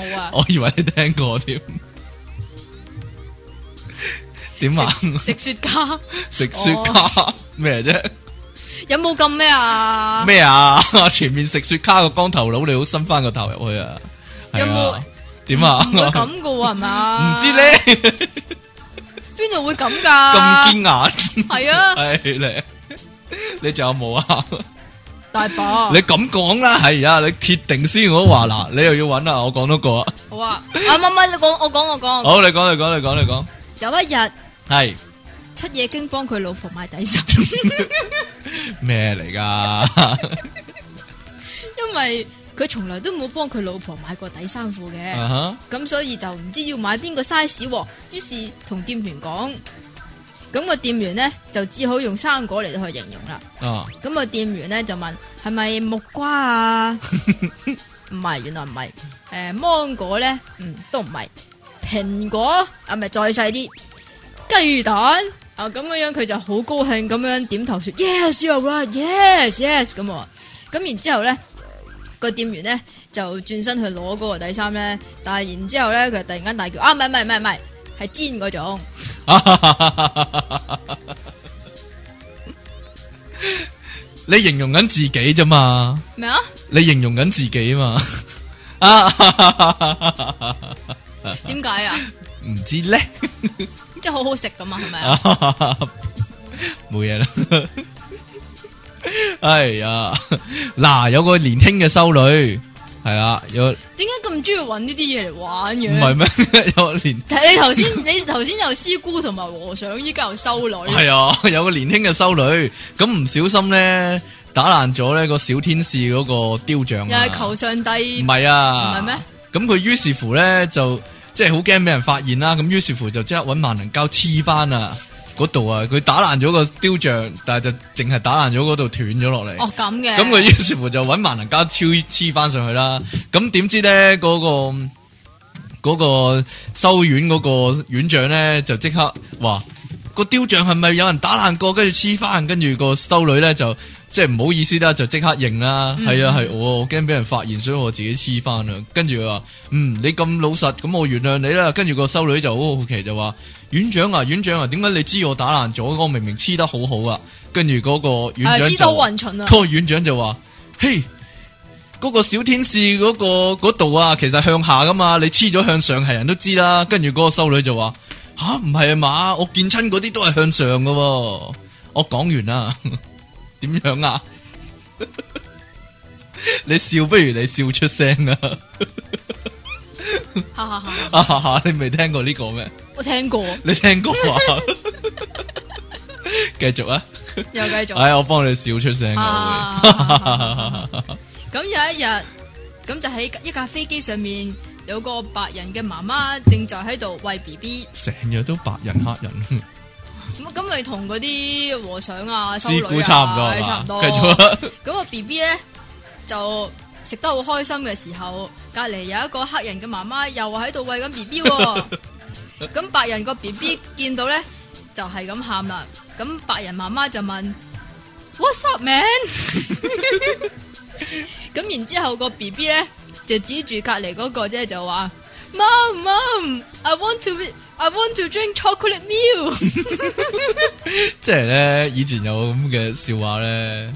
B: 冇啊！
A: 我以為你聽過添。點啊？
B: 食雪茄
A: 食雪茄咩啫？
B: 有冇咁咩啊？
A: 咩啊？ 前面食雪茄個光頭佬，你好伸翻個頭入去啊？係
B: 有
A: 啊
B: 冇？
A: 點啊？
B: 唔會咁啊噶喎，係嘛？
A: 唔知，咧，
B: 邊度會咁噶？
A: 咁堅硬
B: 係啊，
A: 係咧。你仲有冇啊？
B: 哦大把。
A: 你咁講啦，係啊，你決定先我都話嗱，你又要揾啊，我講多個啊。
B: 好啊，啊唔唔唔，你講我講我講我講。
A: 好，你講，你講，你講，你講，
B: 有一日
A: 係
B: 出嘢經幫佢老婆買底衫，
A: 咩嚟噶？
B: 因為佢從來都冇幫佢老婆買過底衫褲 嘅。
A: 啊哈，
B: 咁所以就唔知要買邊個 size，喎於是同店員講，咁、個店員呢，就只好用生果嚟到去形容啦。
A: 啊，
B: 咁、個店員呢，就問係咪木瓜啊？唔係，原來唔係。诶、芒果呢？嗯，都唔係。蘋果啊，咪再細啲。雞蛋啊，咁樣樣佢就好高興咁樣點頭说 yes you are right yes yes 咁喎。咁然之後咧，個店員咧就轉身去攞嗰個底衫咧，但係然之後咧，佢突然間大叫：啊，唔係唔係唔係唔係，係煎嗰種。
A: 你形容緊自己啫嘛，
B: 咩啊？
A: 你形容緊自己嘛， 啊，
B: 點解啊？
A: 唔知咧，
B: 即係好好食咁啊？係咪啊？
A: 冇嘢啦。 哎呀，嗱，有個年輕嘅修女，係啦，有唔
B: 點解咁中意揾呢啲嘢嚟玩嘅
A: 係
B: 咧？
A: 咩？ 有個年
B: 睇你頭先， 你頭先有師姑同埋和尚，依家又修女。
A: 系啊，有個年輕嘅修女，咁唔小心咧打爛咗咧個小天使嗰個雕像
B: 又
A: 啊，
B: 係求上
A: 唔
B: 帝，
A: 係啊，
B: 唔係咩？
A: 咁佢於是乎咧就即係好驚俾人發現啦，咁於是乎就即刻揾萬能膠黐翻啊嗰度啊，佢打爛咗個雕像，但係就淨係打爛咗嗰度斷咗落嚟。
B: 哦咁嘅。
A: 咁佢於是乎就揾萬能膠黐黐翻上去啦。咁點知咧嗰、個嗰、個修院嗰個院長咧就即刻話個雕像係咪有人打爛過，跟住黐翻，跟住個修女咧就即係唔好意思啦，就即刻認啦。
B: 嗯
A: 係、啊，係我，我驚俾人發現，所以我自己黐翻啦。跟住佢話：嗯，你咁老實，咁我原諒你啦。跟住個修女就好好奇就話：院長啊，院長啊，點解你知我打爛咗？我明明黐得好好啊。跟住嗰個院
B: 啊
A: 長就
B: 知道好混 蠢啊！
A: 嗰個院長就話：，嘿，嗰、個小天使嗰、個嗰度啊，其實向下噶嘛，你黐咗向上係人都知啦。跟住嗰個修女就話：吓，唔係啊嘛，我見親嗰啲都係向上噶、喎。我講完啦， 點樣啊？ 你笑不如你笑出聲啊！
B: 哈哈哈！
A: 啊哈哈，你未聽過呢個咩？
B: 我聽過，
A: 你聽過啊？ 繼續啊！
B: 又繼續。
A: 哎，我幫你笑出聲啊！
B: 啊 咁有一日，咁就喺一架飛機上面，有個白人嘅媽媽正在喺度喂 B B，
A: 成日都白人黑人。
B: 咁咁咪同嗰啲和尚啊、修
A: 師
B: 女
A: 姑
B: 啊
A: 差唔多係嘛
B: 差唔多。
A: 繼續啊
B: 咁個 B B 咧就食得好開心嘅時候，隔離有一個黑人嘅媽媽又喺度喂緊 B B 喎。咁白人個 B B 見到咧就係咁喊啦。咁白人媽媽就問 What's up man？咁然之後個 B B 咧就指住隔離嗰個啫，就話 Mom Mom I want to be- I want to drink chocolate milk。
A: 即系咧，以前有咁嘅笑话咧，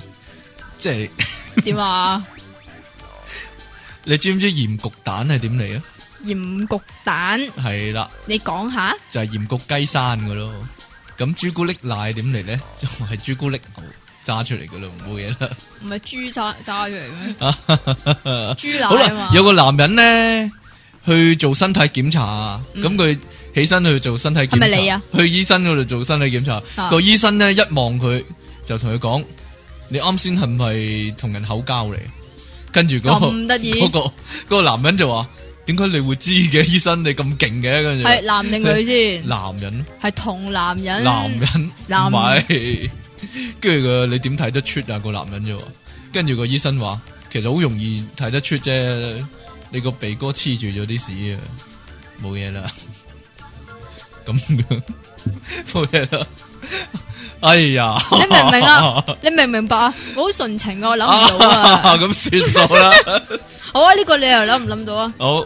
A: 即系
B: 点啊？
A: 你知唔知盐焗蛋系点嚟啊？
B: 盐焗蛋，
A: 系啦，
B: 你讲下
A: 就系、鹽盐焗雞山噶咯。咁朱古力奶點嚟咧？就係朱古力牛揸出嚟噶咯，冇嘢啦。
B: 唔系猪揸揸出嚟 咩？豬奶啊
A: 好啦
B: 嘛，
A: 有個男人咧去做身體檢查，啊咁佢、起身去做身體檢查，
B: 嗯係咪你啊？
A: 去醫生嗰度做身體檢查，
B: 啊
A: 個醫生咧一望佢就同佢講：你啱先係咪同人口交嚟？跟住嗰、個
B: 咁得意
A: 嗰、個嗰個男人就話：點解你會知嘅？ 醫生你咁勁嘅？跟住
B: 系男定女 先？
A: 男人，
B: 系同男人，
A: 男人
B: 男
A: 唔係，跟住佢你點睇得出啊？個男人啫喎，跟住個醫生話，其實好容易睇得出啫，你個鼻哥黐住咗啲屎啊，冇嘢啦， 咁樣冇嘢啦，哎呀，
B: 你明唔明 啊？你明唔明白啊？我好纯情啊，我谂唔到啊！
A: 咁算數啦，
B: 好啊，呢个你又谂唔谂到啊？
A: 好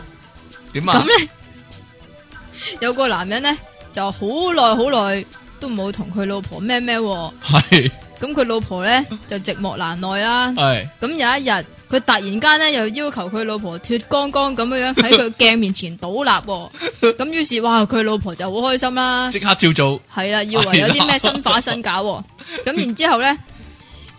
A: 點啊
B: 咁？咧，有个男人咧就好耐好耐都冇同佢老婆咩咩喎，
A: 係
B: 咁佢老婆咧就寂寞難耐啦。
A: 係
B: 咁有一日，佢突然間咧又要求佢老婆脱光光咁樣樣喺佢鏡面前倒立喎，咁於是哇，佢老婆就好開心啦，
A: 即刻照做，
B: 係啦，以為有啲咩新化新搞喎，咁然之後咧。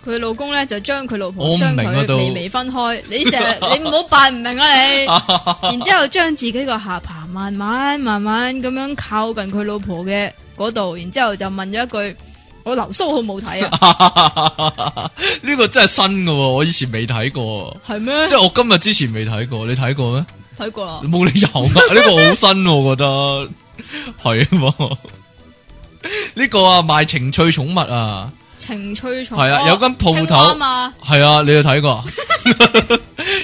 B: 佢老公咧就將佢老婆
A: 我唔
B: 雙
A: 明
B: 腿
A: 啊都
B: 微微分開，你成 日你唔好扮唔明啊你，然之後將自己個下巴慢慢慢慢咁樣靠近佢老婆嘅嗰度，然之後就問咗一句：我流苏好冇睇 啊，
A: 呢個真係新嘅喎，我以前未睇過，
B: 係咩
A: 即？係我今日之前未睇過，你睇過咩？
B: 睇過啊啦，
A: 冇理由 噶，呢個好新喎我覺得係喎。呢個啊賣情趣寵物啊，
B: 情趣蟲
A: 係啊有間鋪頭
B: 嘛，
A: 係啊，你有睇過啊？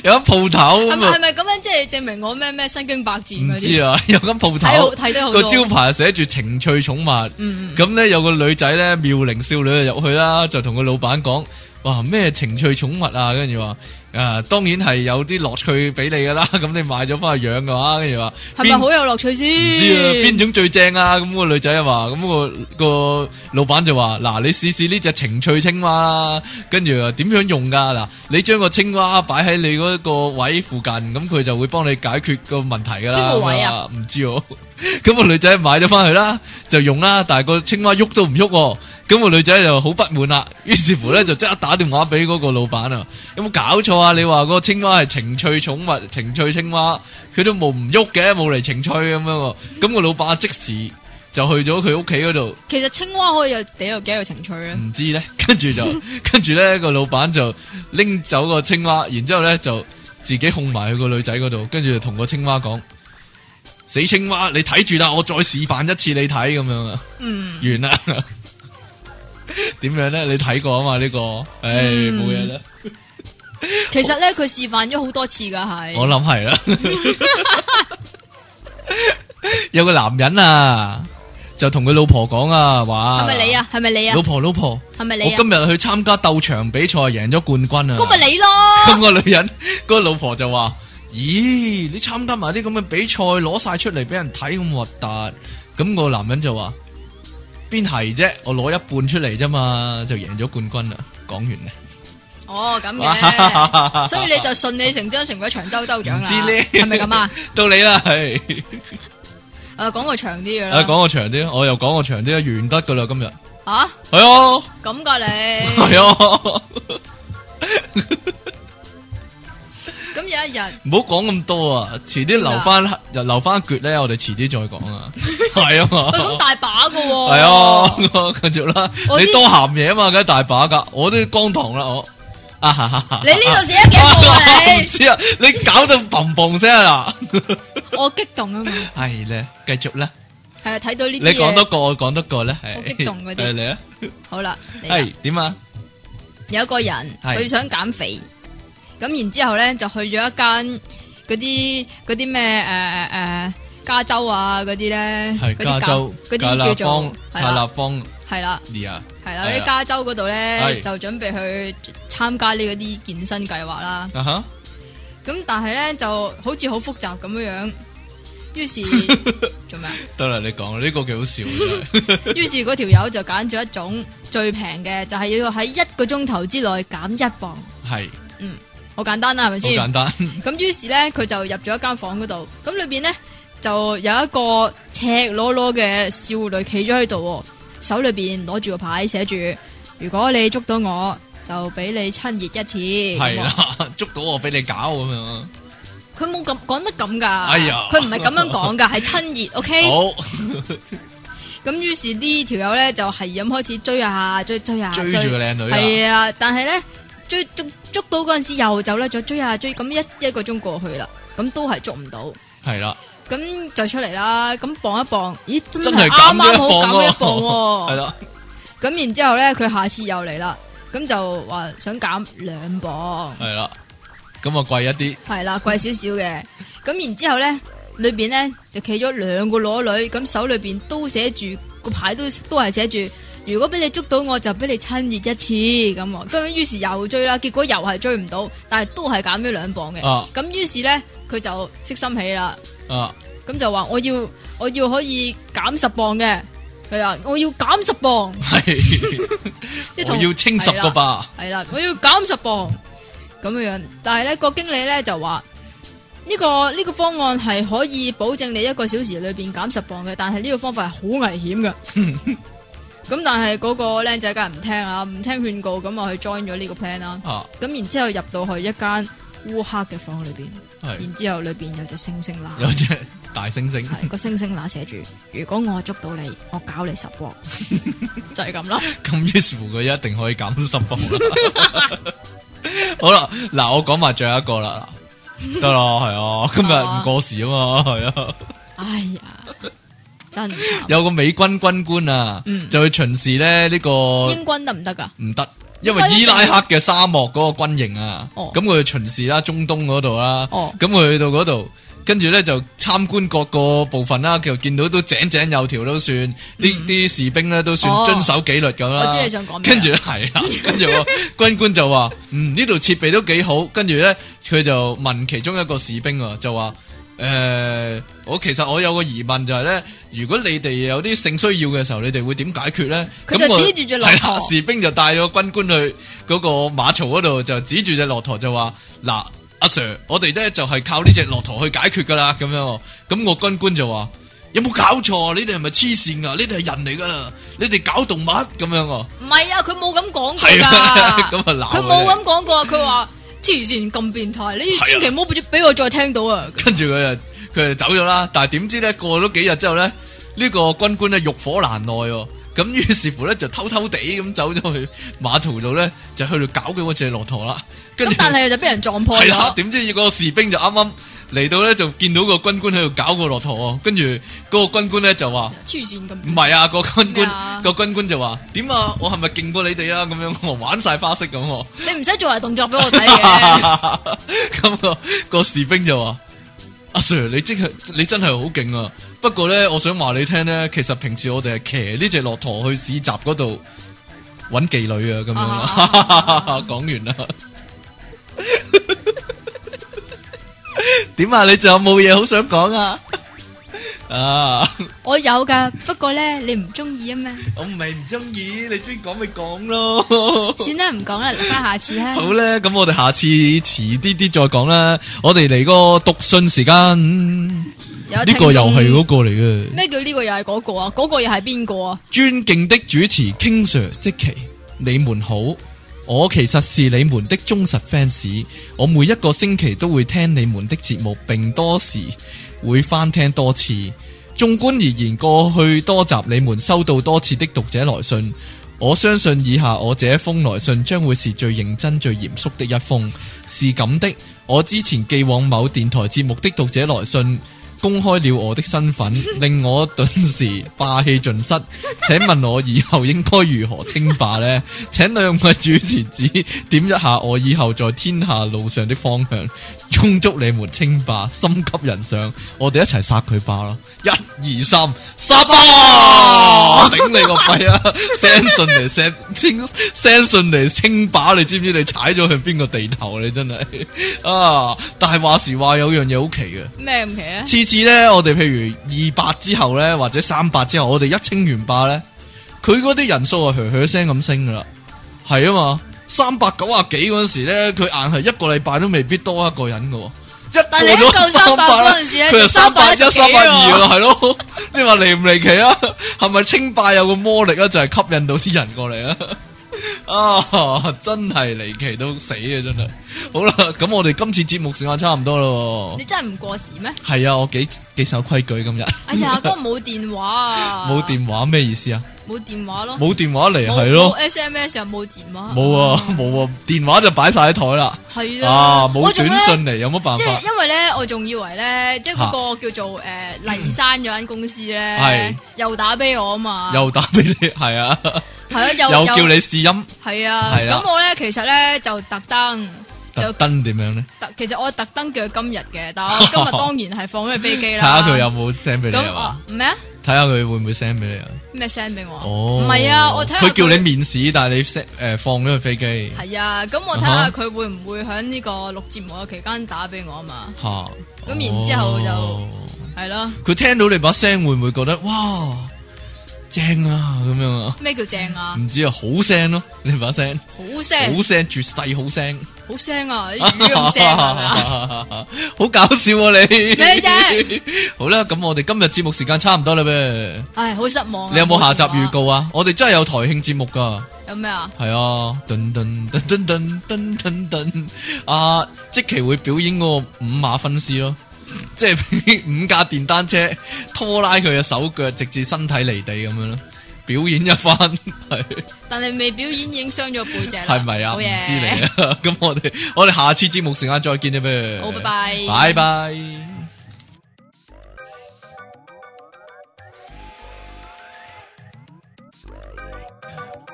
A: 有間鋪頭
B: 係咪
A: 咁
B: 係
A: 啊，
B: 咪咁樣即係證明我咩咩身經百戰
A: 唔
B: 嗰
A: 知
B: 啲？
A: 啊， 有間鋪
B: 睇好
A: 頭
B: 睇得好
A: 個
B: 多，
A: 招牌寫住情趣寵物。
B: 嗯，嗯
A: 咁咧有個女仔咧妙齡少女就入去啦，就同個老闆講：，哇咩情趣寵物啊？跟住話：，啊當然係有啲樂趣俾你噶啦，咁你買咗翻去養嘅話，跟住話
B: 係咪
A: 邊
B: 好有樂趣
A: 唔知啊邊
B: 先？
A: 種最正啊？咁、個女仔就話：，咁、個、個老闆就話：，嗱你試試呢只情趣青蛙啦，跟住話啊點樣用噶？嗱你將個青蛙擺喺你嗰個位附近，咁佢就會幫你解決個問題噶啦。
B: 邊個位啊？
A: 唔知喎。 咁個女仔買咗翻去啦，就用啦，但係個青蛙喐都唔喐喎，咁個女仔就好不滿啦。於是乎咧，就即刻打電話俾嗰個老闆啊，有冇搞錯啊？你話個青蛙係情趣寵物、情趣青蛙，佢都冇唔喐嘅，冇嚟情趣咁樣喎。咁個老闆即時就去咗佢屋企嗰度，
B: 其實青蛙可以有幾有幾有情趣咧？
A: 唔知咧， 跟住就跟住咧個老闆就拎走個青蛙，然之後咧就自己控埋去個女仔嗰度，跟住就同個青蛙講：死青蛙，你睇住啦，我再示範一次你睇咁樣啊！
B: 嗯，
A: 完啦。 點樣咧？你睇過啊嘛？呢、個，唉，
B: 嗯
A: 冇嘢啦。
B: 其實咧佢示範咗好多次噶係，
A: 我諗係啦。 有個男人啊，就同佢老婆講啊，話
B: 係咪你啊？係咪你啊
A: 老？婆老婆，
B: 係咪
A: 我
B: 你啊？
A: 今日去參加鬥場比賽，贏咗冠軍啊！
B: 咁咪 你咯，
A: 咁個女人，個老婆就話：咦，你參加埋啲咁嘅比賽，攞晒出嚟俾人睇咁核突。咁個男人就話：邊係啫？我攞一半出嚟啫嘛，就贏咗冠軍啦。講完 啦。
B: 哦咁嘅，所以你就順理成章成為長洲州長
A: 唔
B: 啦，
A: 知 呢
B: 係咪咁啊？
A: 到你啦，係
B: 诶，講個長啲嘅
A: 啊，
B: 啦，
A: 講個長啲，我又講個長啲，完得噶啦，今日
B: 吓
A: 係啊，
B: 咁噶你，
A: 係啊，
B: 咁有一日。
A: 唔好講咁多啊，遲啲留翻留翻一橛咧，我哋遲啲再講 啊，係啊
B: 喂，咁
A: 嘛。
B: 大把噶喎。
A: 系啊，继续啦，
B: 我
A: 你
B: 啲
A: 多咸嘢啊嘛，梗系大把噶，我都光堂啦，我啊哈哈哈
B: 你呢度寫咗幾多 個啊？
A: 唔知啊，你搞到砰砰声啦，
B: 你我激動啊嘛，
A: 系咧，继续啦，
B: 係啊，睇到呢
A: 你
B: 啲
A: 讲多
B: 嘢。
A: 个，我讲多个咧，
B: 好
A: 系
B: 激動嗰啲
A: 嚟啊，
B: 好啦，嚟啦
A: 系点啊？
B: 有一個人
A: 係
B: 佢想減肥，咁然之後咧就去咗一間嗰啲嗰啲咩诶诶加州啊嗰啲咧，
A: 系
B: 嗰啲
A: 加州
B: 教嗰
A: 加
B: 啲
A: 立
B: 叫
A: 方
B: 做係
A: 加
B: 啦
A: 立方
B: 係啦
A: 尼啊，
B: 係啦，
A: 係啊
B: 啲加州嗰度咧
A: 係
B: 就準備去參加呢嗰啲健身計劃啦。
A: 啊哈，
B: 咁但係咧就好似好複雜咁樣樣，於是做咩啊？
A: 得啦，你讲呢个几好笑嘅，
B: 於是嗰條友就揀咗一種最平嘅，就係要喺一個鐘頭之內減一磅，
A: 系
B: 好簡單啦，係咪
A: 好
B: 先？
A: 简单，
B: 咁於是咧，佢就入咗一間房嗰度，咁裏邊咧就有一個赤裸裸嘅少女企咗喺度喎，手裏邊攞住個牌寫住：如果你捉到我，就俾你親熱一次。
A: 系
B: 咁啊
A: 啦，捉到我俾你搞咁样，
B: 佢冇咁講得咁噶，
A: 哎呀
B: 佢唔係咁樣講噶，係親熱。OK，
A: 好
B: 咁於是呢條友咧就係咁開始追啊追追啊
A: 追住个靚女啊！
B: 系啊，但系咧追捉捉到嗰阵时又走啦，再追啊追，咁一一个钟过去啦，咁都系捉唔到，
A: 系啦，
B: 咁就出嚟啦，咁磅一磅，咦真系
A: 真係
B: 啱
A: 減咗一
B: 啱好
A: 磅
B: 減
A: 喎
B: 一磅
A: 系
B: 喎，
A: 啦，
B: 咁然之后咧佢下次又嚟啦，咁就話想減兩磅，
A: 系啦，咁啊贵一啲。
B: 係啦貴少少嘅，咁然之后咧裏边咧就企咗兩個裸女，咁手裏边都寫住個牌都都係寫住。如果俾你捉到我，就俾你親熱一次咁喎。咁於是又追啦，結果又係追唔到，但係都係減咗兩磅嘅。
A: 啊
B: 咁、於是咧，佢就悉心起啦，
A: 啊，
B: 咁就話我要我要可以減十磅嘅。佢話我要減十磅，
A: 系， 我
B: 即係同
A: 要清十個吧，
B: 系啦，我要減十磅咁樣样。但係咧個經理咧就話呢、個呢、個方案係可以保證你一個小時裏边減十磅嘅，但係呢個方法係好 危險嘅。咁但係嗰個僆仔梗係唔聽啊，唔聽勸告，咁啊去 join 咗呢個 plan 啦。
A: 啊，
B: 咁然之后入到去一間烏黑嘅房裏边，
A: 係
B: 然之后裏边有隻猩猩啦，
A: 有隻大猩猩
B: 係個星星乸寫住，如果我捉到你，我搞你十鑊， 就係咁啦。
A: 咁於是乎佢一定可以減十磅啦。 好啦，嗱，我講埋最後一個啦，得啦，係啊，今日唔過時啊嘛，係啊，
B: 哎呀，真慘！
A: 有個美軍軍官啊，
B: 嗯
A: 就去巡視咧呢個
B: 英軍得唔得噶？
A: 唔得，因為伊拉克嘅沙漠嗰個軍營啊，
B: 哦
A: 咁佢去巡視啦，中東嗰度啦，
B: 哦
A: 咁佢去到嗰度。跟住咧就參觀各個部分啦，就見到都井井有條都算，啲啲、士兵咧都算
B: 嗯哦
A: 遵守紀律咁啦。
B: 我知你想講咩啊
A: 跟住係啦， 跟住個軍官就話：嗯，呢度設備都幾好。跟住咧，佢就問其中一個士兵喎，就話：誒、呃我其實我有個疑問就係、咧，如果你哋有啲性需要嘅時候，你哋會點解決咧？
B: 佢
A: 咁
B: 就
A: 我
B: 指住隻駱
A: 係啦
B: 駝
A: 士兵就帶咗軍官去嗰個馬槽嗰度，就指住只駱駝就話：嗱，阿 Sir，我哋咧就係靠呢只駱駝去解決噶啦，咁樣喎。咁個軍官就話：有冇搞錯？你哋係咪黐線噶？你哋係人嚟噶，你哋搞動物咁樣喎。
B: 唔係啊，佢冇咁講過
A: 係啊
B: 㗎。
A: 咁啊鬧
B: 佢
A: 佢
B: 冇咁講過，佢話黐線咁變態，你千祈唔好俾我再聽到啊！
A: 跟住佢就佢就走咗啦。但係點知咧過咗幾日之後咧，呢、呢個軍官咧欲火難耐喎。咁於是乎咧就偷偷地咁走咗去馬槽度咧，就去到搞佢嗰只駱駝啦。跟
B: 咁
A: 住。
B: 但係就俾人撞破
A: 係啊啦，
B: 咗。
A: 點知嗰個士兵就啱啱嚟到咧，就見到個軍官喺度搞個駱駝喎，跟住嗰個軍官咧就話：
B: 黐線咁
A: 唔係啊，個軍
B: 咩
A: 官、
B: 啊
A: 個軍官就話：點啊，我係咪勁過你哋啊？咁樣我玩晒花式咁喎，
B: 你唔使做埋動作俾我睇 嘅，
A: 咁個個士兵就話：阿 Sir，你即係你真係好勁啊！不過咧，我想話你聽咧，其實平時我哋係騎呢只駱駝去市集嗰度揾妓女啊，咁樣啊， 講完啦。點啊？你仲有冇嘢好想講 啊？啊，
B: 我有噶，不過咧你唔中意啊咩？
A: 我唔係唔中意，你中意講咪講 咯。
B: 算啦，唔講啦，留翻下次啊啦。
A: 好咧，咁我哋下次遲啲啲再講啦。我哋嚟個讀信時間，呢
B: 呢
A: 個又係嗰個嚟嘅。
B: 咩叫呢個又係嗰個啊？嗰個又係邊個啊？
A: 尊敬的主持 King Sir 即奇，你們好，我其實是你們的忠實 fans，我每一個星期都會聽你們的節目，並多時會翻聽多次。縱觀而言，過去多集你們收到多次的讀者來信，我相信以下我這封來信將會是最認真、最嚴肅的一封。是咁的，我之前寄往某電台節目的讀者來信。公開了我的身份，令我頓時霸氣盡失。請問我以後應該如何稱霸呢？請兩位主持指點一下我以後在天下路上的方向。恭祝你們稱霸，心急人上，我哋一齊殺佢霸啦！一二三，殺霸！頂你個肺啊！聲信嚟聲清，聲信嚟清霸，你知唔知你踩咗去邊個地頭？你真係啊！但係話時話有樣嘢好奇嘅。
B: 咩唔奇啊咧？
A: 次次咧，我哋譬如二百之後咧，或者三百之後，我哋一清完霸咧，佢嗰啲人數係嘘嘘聲咁升噶啦，係啊嘛，三百九啊幾嗰陣時咧，佢硬係一個禮拜都未必多一個人噶喎。
B: 但
A: 一
B: 係你
A: 過咗
B: 一
A: 三
B: 夠三百
A: 百啦
B: 嗰陣時
A: 佢
B: 咧，
A: 就
B: 就
A: 三百一、
B: 百一十幾
A: 三百二
B: 喎。
A: 啦，係咯。 你話離唔離奇啊？係咪清霸有個魔力啊？就係吸引到啲人過嚟啊！ 啊，真係離奇到死啊！真係。好啦，咁我哋今次節目時間差唔多咯喎。
B: 你真係唔過時咩？
A: 係啊，我幾幾守規矩今日，
B: 哎 呀，嗰個冇電話啊！
A: 冇電話咩意思啊？
B: 冇電話咯，
A: 冇電話嚟
B: 哦冇
A: 係咯，
B: 冇哎 SMS 又冇電話，
A: 冇啊冇啊，電話就擺晒喺台啦。
B: 係啦，
A: 啊，冇
B: 我仲
A: 短
B: 咧
A: 信嚟，有乜辦
B: 即
A: 法
B: 係？因為咧，我仲以為咧，即係嗰個叫做诶黎山有間公司咧
A: 係，
B: 又打俾我啊嘛，
A: 又打俾你，係啊，
B: 係啊，又
A: 又叫你試音，
B: 係啊，
A: 係啦
B: 咁我咧其實咧就特登。
A: 特
B: 就
A: 登點樣咧？
B: 特其實我特登叫佢今日嘅，但係我 今日當然係放咗佢飛機
A: 睇
B: 啦。
A: 下佢有冇 send 俾你
B: 咁
A: 啊
B: 啊？咩啊？
A: 睇下佢會唔會 send 俾你啊？
B: 咩 send 俾我啊？
A: 哦，
B: 唔係啊，我睇下
A: 佢叫你面試，但係你 send 誒放咗佢飛機
B: 係啊，咁我睇下
A: 啊哈
B: 佢會唔會喺呢個錄節目嘅期間打俾我啊嘛？
A: 嚇。
B: 咁然之後就
A: 哦
B: 係咯，
A: 佢聽到你把聲會唔會覺得哇正啊咁樣啊？
B: 咩叫正啊？
A: 唔知啊，好聲咯， 你把聲。
B: 好聲
A: 好聲絕世好聲，
B: 好聲啊，啲語咁 聲係咪啊？
A: 好搞笑啊你！
B: 咩啫？
A: 好啦，咁我哋今日節目時間差唔多啦噃，
B: 唉，好失望啊！
A: 你有冇下集
B: 電話
A: 預？告啊？我哋真係有台慶節目噶，
B: 有咩啊？
A: 係啊，噔噔噔噔噔噔噔噔，啊，即期會表演嗰個五馬分屍咯，即係 俾五架電單車拖拉佢嘅手腳，直至身體離地咁樣咯，表演一番係
B: 但系未表演已經傷咗背脊啦，
A: 係咪啊？
B: 好
A: 唔
B: 嘢
A: 知你啊， 咁我哋我哋下次節目時間再見啦，咩？
B: 好，拜拜，
A: 拜拜。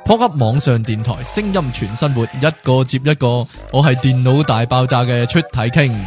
A: 波及網上電台，聲音全生活，一個接一個。我係電腦大爆炸嘅出體傾。